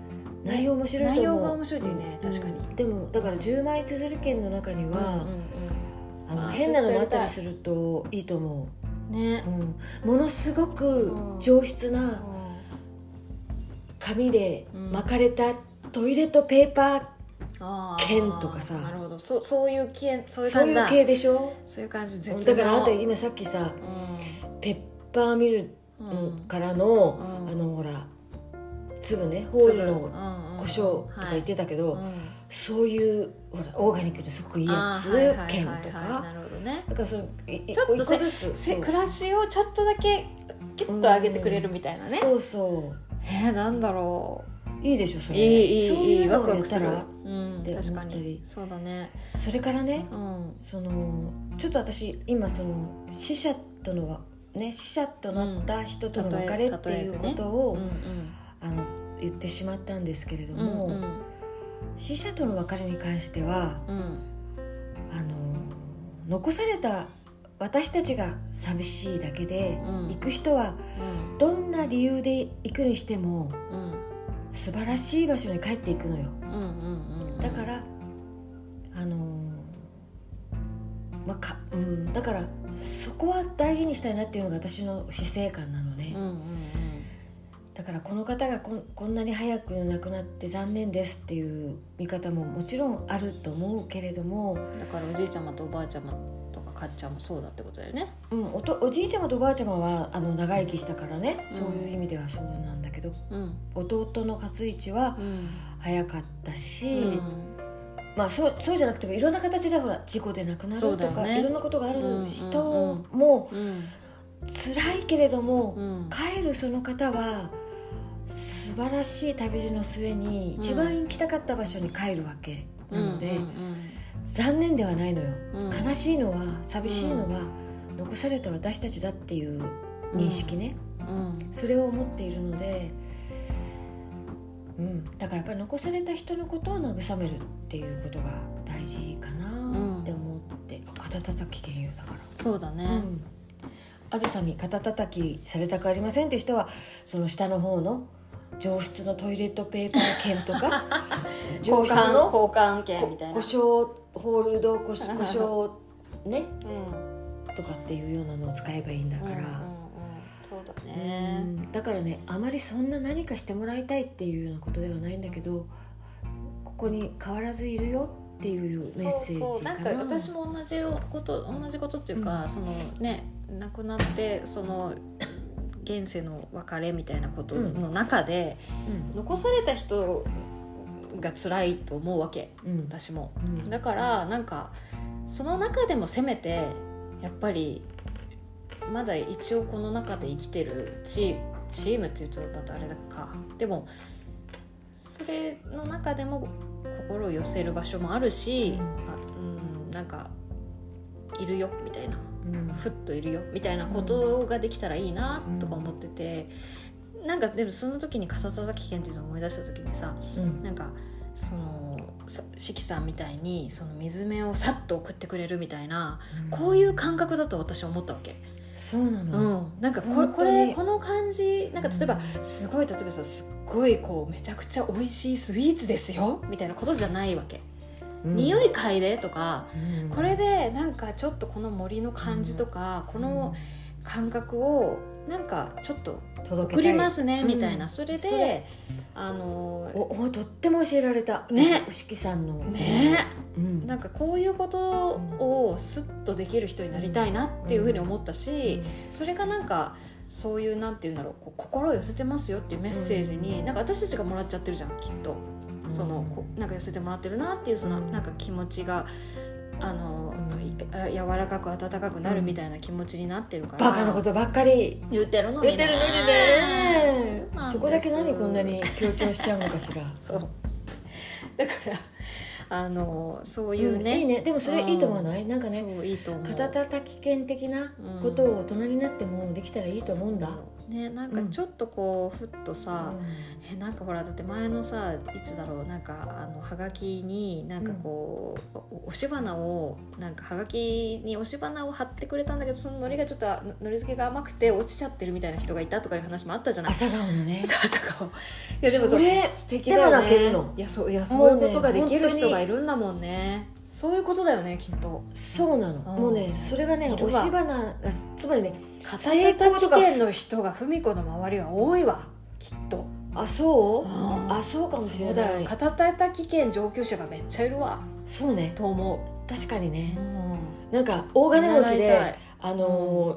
Speaker 2: 内容面白いと思う
Speaker 1: 内容が面白いっていうね確かに
Speaker 2: うんでもだから10枚綴り券の中に
Speaker 1: うん
Speaker 2: は、あの
Speaker 1: あー
Speaker 2: 変なのもあったりす
Speaker 1: そ
Speaker 2: るといいと思
Speaker 1: うんうんね
Speaker 2: う、うん、ものすごく
Speaker 1: うん
Speaker 2: 上質な紙で
Speaker 1: うん
Speaker 2: 巻かれたトイレットペーパー
Speaker 1: あー
Speaker 2: 剣とかさ
Speaker 1: なるほどそうそういう系そういう
Speaker 2: そう
Speaker 1: 感じ
Speaker 2: いう
Speaker 1: だ
Speaker 2: 系でしょ
Speaker 1: そういう感じ絶
Speaker 2: だからあなた
Speaker 1: 妙
Speaker 2: 今さっきさ
Speaker 1: う
Speaker 2: ペッパーミル
Speaker 1: ん
Speaker 2: からの、
Speaker 1: うん
Speaker 2: あのほら粒ねホールの胡椒とか言ってたけど、そういうほらオーガニックですごくいいやつ券とか
Speaker 1: なるほどね
Speaker 2: だからそのい
Speaker 1: ちょっと
Speaker 2: 一個ずつ
Speaker 1: せ
Speaker 2: そう
Speaker 1: 暮らしをちょっとだけキュッと上げてくれるみたいなね
Speaker 2: そうそ
Speaker 1: えー、なんだろ
Speaker 2: ういいでしょそうれ
Speaker 1: いいいい
Speaker 2: そう
Speaker 1: い
Speaker 2: い
Speaker 1: いうワ
Speaker 2: の
Speaker 1: ク
Speaker 2: を
Speaker 1: ワ
Speaker 2: や
Speaker 1: ク
Speaker 2: っ
Speaker 1: す
Speaker 2: た
Speaker 1: るう
Speaker 2: ら
Speaker 1: ん
Speaker 2: て思ったり
Speaker 1: 確かにそうだね
Speaker 2: それからね
Speaker 1: うん
Speaker 2: そのちょっと私今その死者とのはね死者となった人との別れ
Speaker 1: うん
Speaker 2: っていう
Speaker 1: 例え
Speaker 2: こと
Speaker 1: う
Speaker 2: を、
Speaker 1: ん
Speaker 2: あの言ってしまったんですけれど
Speaker 1: うん
Speaker 2: も、
Speaker 1: うん
Speaker 2: 死者との別れに関しては
Speaker 1: うん
Speaker 2: あの残された私たちが寂しいだけで、
Speaker 1: うん
Speaker 2: 行く人は
Speaker 1: うん
Speaker 2: どんな理由で行くにしても
Speaker 1: うん
Speaker 2: 素晴らしい場所に帰っていくのよ
Speaker 1: うんうんうん
Speaker 2: だから、あのまあかうん、だからそこは大事にしたいなっていうのが私の死生観なのね、
Speaker 1: うんうん
Speaker 2: だからこの方がこんこんなに早く亡くなって残念ですっていう見方ももちろんあると思うけれども、
Speaker 1: うんだからおじいちゃまとおばあちゃまとかかっちゃんもそうだってことだよね
Speaker 2: うん、おとおじいちゃまとおばあちゃまはあの長生きしたからね、
Speaker 1: うん
Speaker 2: そういう意味ではそうなんだけど
Speaker 1: うん
Speaker 2: 弟の勝一は
Speaker 1: うん
Speaker 2: 早かったし、
Speaker 1: うん
Speaker 2: まあそうそうじゃなくてもいろんな形でほら事故で亡くなる
Speaker 1: そうだ
Speaker 2: と
Speaker 1: よ
Speaker 2: か、
Speaker 1: ね
Speaker 2: いろんなことがあ
Speaker 1: うん
Speaker 2: る
Speaker 1: うんう
Speaker 2: 人
Speaker 1: ん
Speaker 2: も
Speaker 1: うん
Speaker 2: 辛いけれども、
Speaker 1: うん
Speaker 2: 帰るその方は素晴らしい旅路の末に
Speaker 1: うん
Speaker 2: 一番行きたかった場所に帰るわけなので、
Speaker 1: うん
Speaker 2: 残念ではないのよ、
Speaker 1: うん
Speaker 2: 悲しいのは寂しいのは、残された私たちだっていう認識ね、
Speaker 1: うん
Speaker 2: それを持っているので、うん、だからやっぱり残された人のことを慰めるっていうことが大事かなって思って、肩たたき兼用だから。
Speaker 1: そうだね、
Speaker 2: うんあずさに肩たたきされたくありませんって人はその下の方の上質のトイレットペーパー券とか 上質の
Speaker 1: 交換
Speaker 2: こ
Speaker 1: 券みたいな
Speaker 2: 胡椒ホールド胡椒 胡椒ね
Speaker 1: うん
Speaker 2: とかっていうようなのを使えばいいんだか
Speaker 1: う
Speaker 2: ら、
Speaker 1: んうんうんそうだ
Speaker 2: う
Speaker 1: ね
Speaker 2: んだからねあまりそんな何かしてもらいたいっていうようなことではないんだけどここに変わらずいるよっていうメッ
Speaker 1: そ
Speaker 2: セージかな
Speaker 1: うそうなんか私も同じこと同じことっていうか、
Speaker 2: うん
Speaker 1: そのね亡くなってその現世の別れみたいなことの中で、
Speaker 2: うん
Speaker 1: 残された人が辛いと思うわけ
Speaker 2: うん
Speaker 1: 私も
Speaker 2: うん
Speaker 1: だからなんかその中でもせめてやっぱりまだ一応この中で生きてるチームチームっていうとまたあれだかでもそれの中でも心を寄せる場所もあるし、あうん、なんかいるよみたいな
Speaker 2: うん
Speaker 1: ふっといるよみたいなことができたらいいなとか思ってて、なんかでもその時に肩たたき券っていうのを思い出した時にさ、
Speaker 2: うん
Speaker 1: なんかそのさしきさんみたいにその水目をさっと送ってくれるみたいなこういう感覚だと私は思ったわけ、
Speaker 2: そうな
Speaker 1: う
Speaker 2: の、
Speaker 1: んなんかこれ
Speaker 2: 本
Speaker 1: こ
Speaker 2: 当に
Speaker 1: れこの感じなんか例えばすごい例えばさすっごいこうめちゃくちゃ美味しいスイーツですよみたいなことじゃないわけ、
Speaker 2: うん
Speaker 1: 匂い嗅いでとか
Speaker 2: うん
Speaker 1: これでなんかちょっとこの森の感じとか、この感覚をなんかちょっと
Speaker 2: うん届
Speaker 1: 送
Speaker 2: けたい
Speaker 1: りますね
Speaker 2: うん
Speaker 1: みたいな、それで
Speaker 2: それ
Speaker 1: あの
Speaker 2: おおとっても教えられた
Speaker 1: ね
Speaker 2: おしきさんの
Speaker 1: ね
Speaker 2: うん
Speaker 1: なんかこういうことをスッとできる人になりたいなっていうふうに思ったし、それがなんかそういうなんて言うんだろうこう心を寄せてますよっていうメッセージに、なんか私たちがもらっちゃってるじゃんきっとそのこうなんか寄せてもらってるなっていうそのなんか気持ちがあの、
Speaker 2: うん
Speaker 1: いあ柔らかく温かくなるみたいな気持ちになってるから、
Speaker 2: バカなことばっかり
Speaker 1: 言ってるの
Speaker 2: 言
Speaker 1: に
Speaker 2: っ
Speaker 1: ね
Speaker 2: てるのにね
Speaker 1: うなんです
Speaker 2: そこだけ何こんなに強調しちゃうのかしら
Speaker 1: そうだからあのそういう
Speaker 2: うんいい
Speaker 1: ね、
Speaker 2: ねでもそれいいと思わないなんかね
Speaker 1: そういいと思う
Speaker 2: 肩たき券的なことを大人になってもできたらいいと思うんだ、
Speaker 1: そうねなんかちょっとこうふっとさ、えなんかほらだって前のさいつだろうなんかあのはがきになんかこう、お押し花をなんかはがきに押し花を貼ってくれたんだけどそののりがちょっとののり付けが甘くて落ちちゃってるみたいな人がいたとかいう話もあったじゃない
Speaker 2: 朝顔のね
Speaker 1: そうそう いやでも
Speaker 2: そ
Speaker 1: そ
Speaker 2: れ
Speaker 1: 素敵だよね
Speaker 2: でも泣けるの
Speaker 1: いやそういや
Speaker 2: も
Speaker 1: そううい
Speaker 2: ね
Speaker 1: うことができる人
Speaker 2: 本当
Speaker 1: が
Speaker 2: に
Speaker 1: いるんだもんねそういうことだよねきっと
Speaker 2: そうなの、
Speaker 1: うん
Speaker 2: もうねそれがね
Speaker 1: いる
Speaker 2: 押
Speaker 1: わ
Speaker 2: し花がつまりね
Speaker 1: 片
Speaker 2: 成
Speaker 1: 手
Speaker 2: 功
Speaker 1: た
Speaker 2: と
Speaker 1: き
Speaker 2: か
Speaker 1: 券の人が文子の周りは多いわきっと
Speaker 2: あそう
Speaker 1: あ
Speaker 2: あそうかもし
Speaker 1: そう
Speaker 2: れな
Speaker 1: だ
Speaker 2: い
Speaker 1: よ片手たき券上級者がめっちゃいるわ
Speaker 2: そうね
Speaker 1: と思
Speaker 2: 確かに
Speaker 1: う、
Speaker 2: ね
Speaker 1: ん、
Speaker 2: なんか大金持ち
Speaker 1: 習いた
Speaker 2: で
Speaker 1: い
Speaker 2: あのー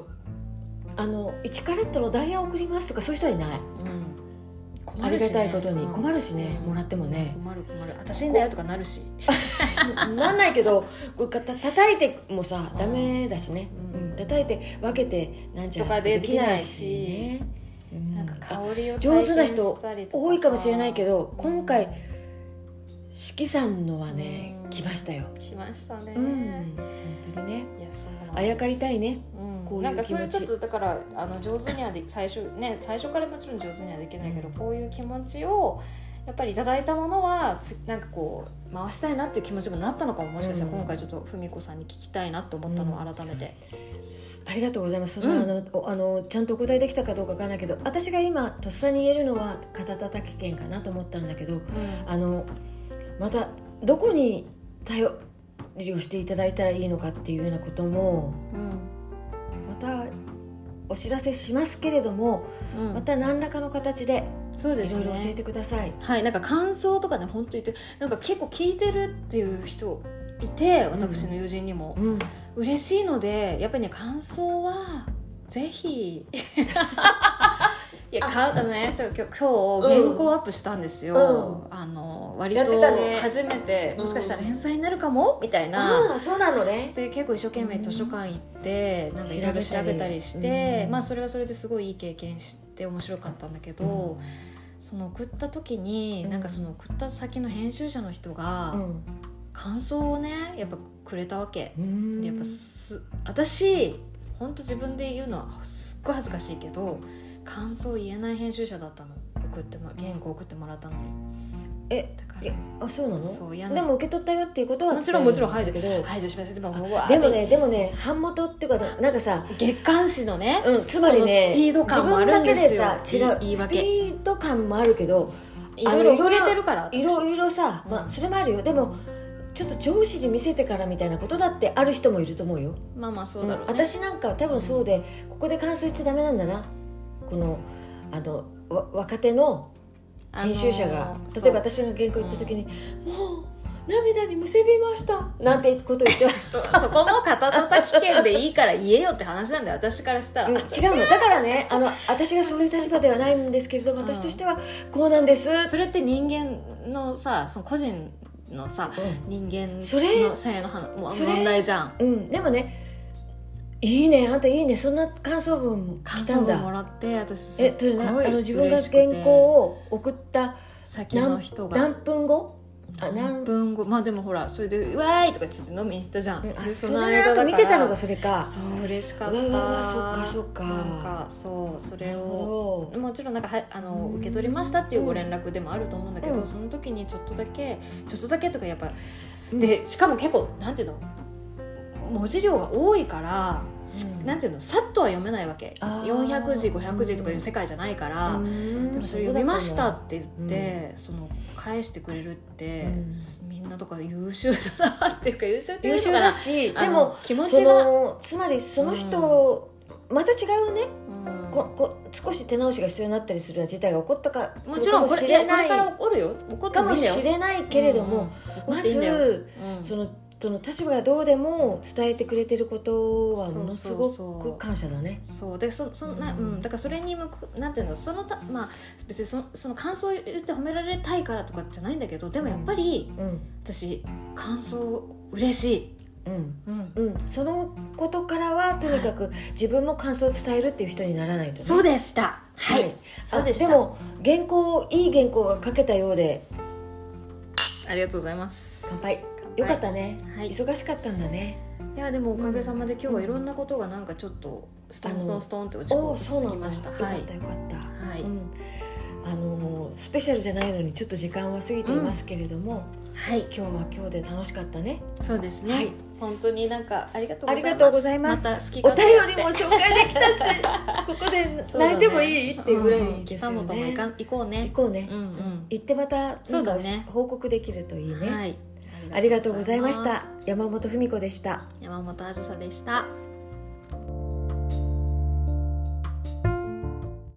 Speaker 2: あの1カレットのダイヤを送りますとかそういう人はいない、
Speaker 1: うん
Speaker 2: あ
Speaker 1: 困
Speaker 2: り
Speaker 1: る
Speaker 2: が
Speaker 1: しね
Speaker 2: たいことに困るしね、
Speaker 1: うん
Speaker 2: もらってもね、
Speaker 1: 困る困る私んだよとかなるし
Speaker 2: なん ないけどこうた叩いてもさ
Speaker 1: うん
Speaker 2: ダメだしね、う
Speaker 1: うん
Speaker 2: ん叩いて分けてなんちゃ
Speaker 1: とかできないし
Speaker 2: できないしね
Speaker 1: なんか
Speaker 2: うんあ
Speaker 1: 香りを
Speaker 2: 上手な
Speaker 1: 体験
Speaker 2: 人
Speaker 1: したりとさ
Speaker 2: 多いかもしれないけど
Speaker 1: うん
Speaker 2: 今回四季さんのはね
Speaker 1: うん
Speaker 2: 来ましたよ、
Speaker 1: 来ましたね、
Speaker 2: うん本当にね
Speaker 1: いやそうなんです
Speaker 2: あやかりたいね
Speaker 1: うん
Speaker 2: こういう気
Speaker 1: な
Speaker 2: 持ち
Speaker 1: んかそれちょっとだからあの上手にはで最初ね最初からもちろん上手にはできないけど、
Speaker 2: うん
Speaker 1: こういう気持ちをやっぱりいただいたものはつなんかこう回したいなっていう気持ちもなったのかももしかしたら
Speaker 2: うん
Speaker 1: 今回ちょっと文子さんに聞きたいなと思ったのを改めて、
Speaker 2: ありがとうございますそんな、
Speaker 1: うん
Speaker 2: あのおあのちゃんとお答えできたかどうかわからないけど私が今とっさに言えるのは肩たたき券かなと思ったんだけどあのまたどこに頼りをしていただいたらいいのかっていうようなことも
Speaker 1: うん
Speaker 2: またお知らせしますけれども
Speaker 1: うん
Speaker 2: また何らかの形で
Speaker 1: そうで
Speaker 2: い
Speaker 1: す
Speaker 2: ろい
Speaker 1: ね
Speaker 2: ろ教えてください。
Speaker 1: はい、なんか感想とかね本当言ってなんか結構聞いてるっていう人いて私の友人にも、
Speaker 2: うん、
Speaker 1: 嬉しいのでやっぱりね感想はぜ ひいやかあのねちょ今日今日
Speaker 2: うん
Speaker 1: 原稿アップしたんですよ、あの割
Speaker 2: やって
Speaker 1: と
Speaker 2: たね
Speaker 1: 初めて
Speaker 2: うん
Speaker 1: もしかしたら連載になるかもみたいな、
Speaker 2: ああそうなのね。
Speaker 1: で結構一生懸命図書館行って、なんかいろいろ調べたりして、
Speaker 2: うん
Speaker 1: まあそれはそれですごいいい経験して面白かったんだけど、その送った時に、
Speaker 2: うん
Speaker 1: なんかその送った先の編集者の人が感想をねやっぱくれたわけ。
Speaker 2: うん
Speaker 1: でやっぱす私ほんと自分で言うのはすっごい恥ずかしいけど感想言えない編集者だったの送っても原稿送ってもらったのに
Speaker 2: え
Speaker 1: だか
Speaker 2: え
Speaker 1: ら
Speaker 2: あそうなの
Speaker 1: そう嫌な
Speaker 2: でも受け取ったよっていうことは
Speaker 1: もちろんもちろん排除
Speaker 2: だけど
Speaker 1: 排除しましたでもうわー
Speaker 2: で
Speaker 1: っ
Speaker 2: も
Speaker 1: て
Speaker 2: ねでもね版元っていうかなんかさ
Speaker 1: 月刊誌のね、
Speaker 2: うん、つま
Speaker 1: そ
Speaker 2: りね
Speaker 1: のスピード感もあるんですよ
Speaker 2: 自分だけでさ違
Speaker 1: 言い言い
Speaker 2: うスピ
Speaker 1: 訳
Speaker 2: ード感もあるけど
Speaker 1: いろいろ遅れてるから私
Speaker 2: いろいろさ、ま
Speaker 1: う
Speaker 2: あ、
Speaker 1: ん
Speaker 2: それもあるよでもちょっと上司に見せてからみたいなことだってある人もいると思うよ
Speaker 1: まあまあそうだろう、ね
Speaker 2: ん私なんかは多分そうでここで感想言っちゃダメなんだなこのあのわ若手の
Speaker 1: あのー
Speaker 2: 編集者が、例えば
Speaker 1: そう
Speaker 2: 私が原稿言った時に「もう涙にむせびました」なんてこと言っては
Speaker 1: そそこも肩たたき券でいいから言えよって話なんだよ私からしたら、
Speaker 2: うん違うのだからねあの私がそういう立場ではないんですけれども
Speaker 1: うん
Speaker 2: 私としてはこうなんです
Speaker 1: それって人間のさその個人のさ人間
Speaker 2: それ
Speaker 1: の性の話もう
Speaker 2: それ
Speaker 1: 問題じゃん
Speaker 2: うん、うんでもねいいねあんたいいねそんな感想文
Speaker 1: 感
Speaker 2: 来た
Speaker 1: 想
Speaker 2: ん
Speaker 1: 文も
Speaker 2: だ
Speaker 1: らって私す
Speaker 2: え
Speaker 1: っ
Speaker 2: と
Speaker 1: ごい
Speaker 2: ねあの自分が
Speaker 1: 嬉しくて
Speaker 2: 原稿を送った
Speaker 1: 先の
Speaker 2: 何
Speaker 1: 人が
Speaker 2: 何分後あ
Speaker 1: 何
Speaker 2: 何
Speaker 1: 分後まあでもほらそれで「うわーい!」とかつって飲みに行ったじゃん
Speaker 2: うんあ
Speaker 1: で
Speaker 2: それなんか見てたのがそれか
Speaker 1: そう嬉しかった
Speaker 2: うわうわうわそっかそっか
Speaker 1: なんかそうそれ
Speaker 2: なる
Speaker 1: を
Speaker 2: ほど
Speaker 1: もちろんなんかはあの
Speaker 2: うん
Speaker 1: 受け取りましたっていうご連絡でもあると思うんだけど、
Speaker 2: うん
Speaker 1: その時にちょっとだけちょっとだけとかやっぱ
Speaker 2: うん
Speaker 1: でしかも結構なんていうの文字量が多いから、し
Speaker 2: うん
Speaker 1: なんていうのさっとは読めないわけ
Speaker 2: あー
Speaker 1: 400字500字とかいう世界じゃないから、
Speaker 2: うん
Speaker 1: でもそれ読みましたって言って、その返してくれるって、
Speaker 2: う
Speaker 1: みんなとか優秀だなっていうか優秀ってい
Speaker 2: 優
Speaker 1: う
Speaker 2: 秀
Speaker 1: のかな
Speaker 2: だし
Speaker 1: あの
Speaker 2: でも
Speaker 1: 気持
Speaker 2: そ
Speaker 1: ちが、
Speaker 2: のつまりその人、また違うね
Speaker 1: うん
Speaker 2: ここ少し手直しが必要になったりするような事態が起こったか
Speaker 1: もちろんこ
Speaker 2: かも
Speaker 1: れ
Speaker 2: し
Speaker 1: いや
Speaker 2: れ
Speaker 1: こ
Speaker 2: な
Speaker 1: れ
Speaker 2: い
Speaker 1: から起こるよ起こって
Speaker 2: か
Speaker 1: もい
Speaker 2: も
Speaker 1: いんだよ
Speaker 2: しれないけれども、
Speaker 1: うん、怒
Speaker 2: ま
Speaker 1: っていいんだよ、
Speaker 2: ず
Speaker 1: うん
Speaker 2: その人の立場がどうでも伝えてくれてることはものすご
Speaker 1: そうそうそう
Speaker 2: く感謝だね
Speaker 1: そうでそそんな、
Speaker 2: う
Speaker 1: うんんだからそれに向くなんていうのそのたまあ別にそその感想を言って褒められたいからとかじゃないんだけどでもやっぱり
Speaker 2: うん
Speaker 1: 私感想嬉しい、
Speaker 2: うん
Speaker 1: うん、
Speaker 2: うん、そのことからはとにかく自分も感想を伝えるっていう人にならないとね、
Speaker 1: そうでしたはい、
Speaker 2: はい
Speaker 1: そうでした
Speaker 2: あでも原稿いい原稿が書けたようで
Speaker 1: ありがとうございます
Speaker 2: 乾杯よかったね、
Speaker 1: はい
Speaker 2: 忙しかったんだね
Speaker 1: いやでもおかげさまで今日はいろんなことがなんかちょっとストンストンストンって落ち
Speaker 2: おお
Speaker 1: 落
Speaker 2: そ
Speaker 1: ち
Speaker 2: う
Speaker 1: 着き
Speaker 2: なんだ
Speaker 1: ま
Speaker 2: よ
Speaker 1: した
Speaker 2: かっ
Speaker 1: はい
Speaker 2: たよかった、
Speaker 1: はい、
Speaker 2: うん、あのースペシャルじゃないのにちょっと時間は過ぎていますけれども、
Speaker 1: はい、
Speaker 2: 今日は今日で楽しかったね
Speaker 1: そうですね、
Speaker 2: はい
Speaker 1: 本当になんかありがとうございます
Speaker 2: ありがとうございます
Speaker 1: また好き
Speaker 2: お
Speaker 1: 勝手やって
Speaker 2: 便りも紹介できたし ここで
Speaker 1: そうだね
Speaker 2: 泣いてもいいっていうぐら
Speaker 1: うんう
Speaker 2: い
Speaker 1: ん
Speaker 2: ですよね、
Speaker 1: 北本も行か行こうね
Speaker 2: 行こうね、
Speaker 1: うんうん
Speaker 2: 行ってまた
Speaker 1: そうだね
Speaker 2: なんか報告できるといいね、
Speaker 1: はい
Speaker 2: ありがとうございました山本文子でした
Speaker 1: 山本あずさでした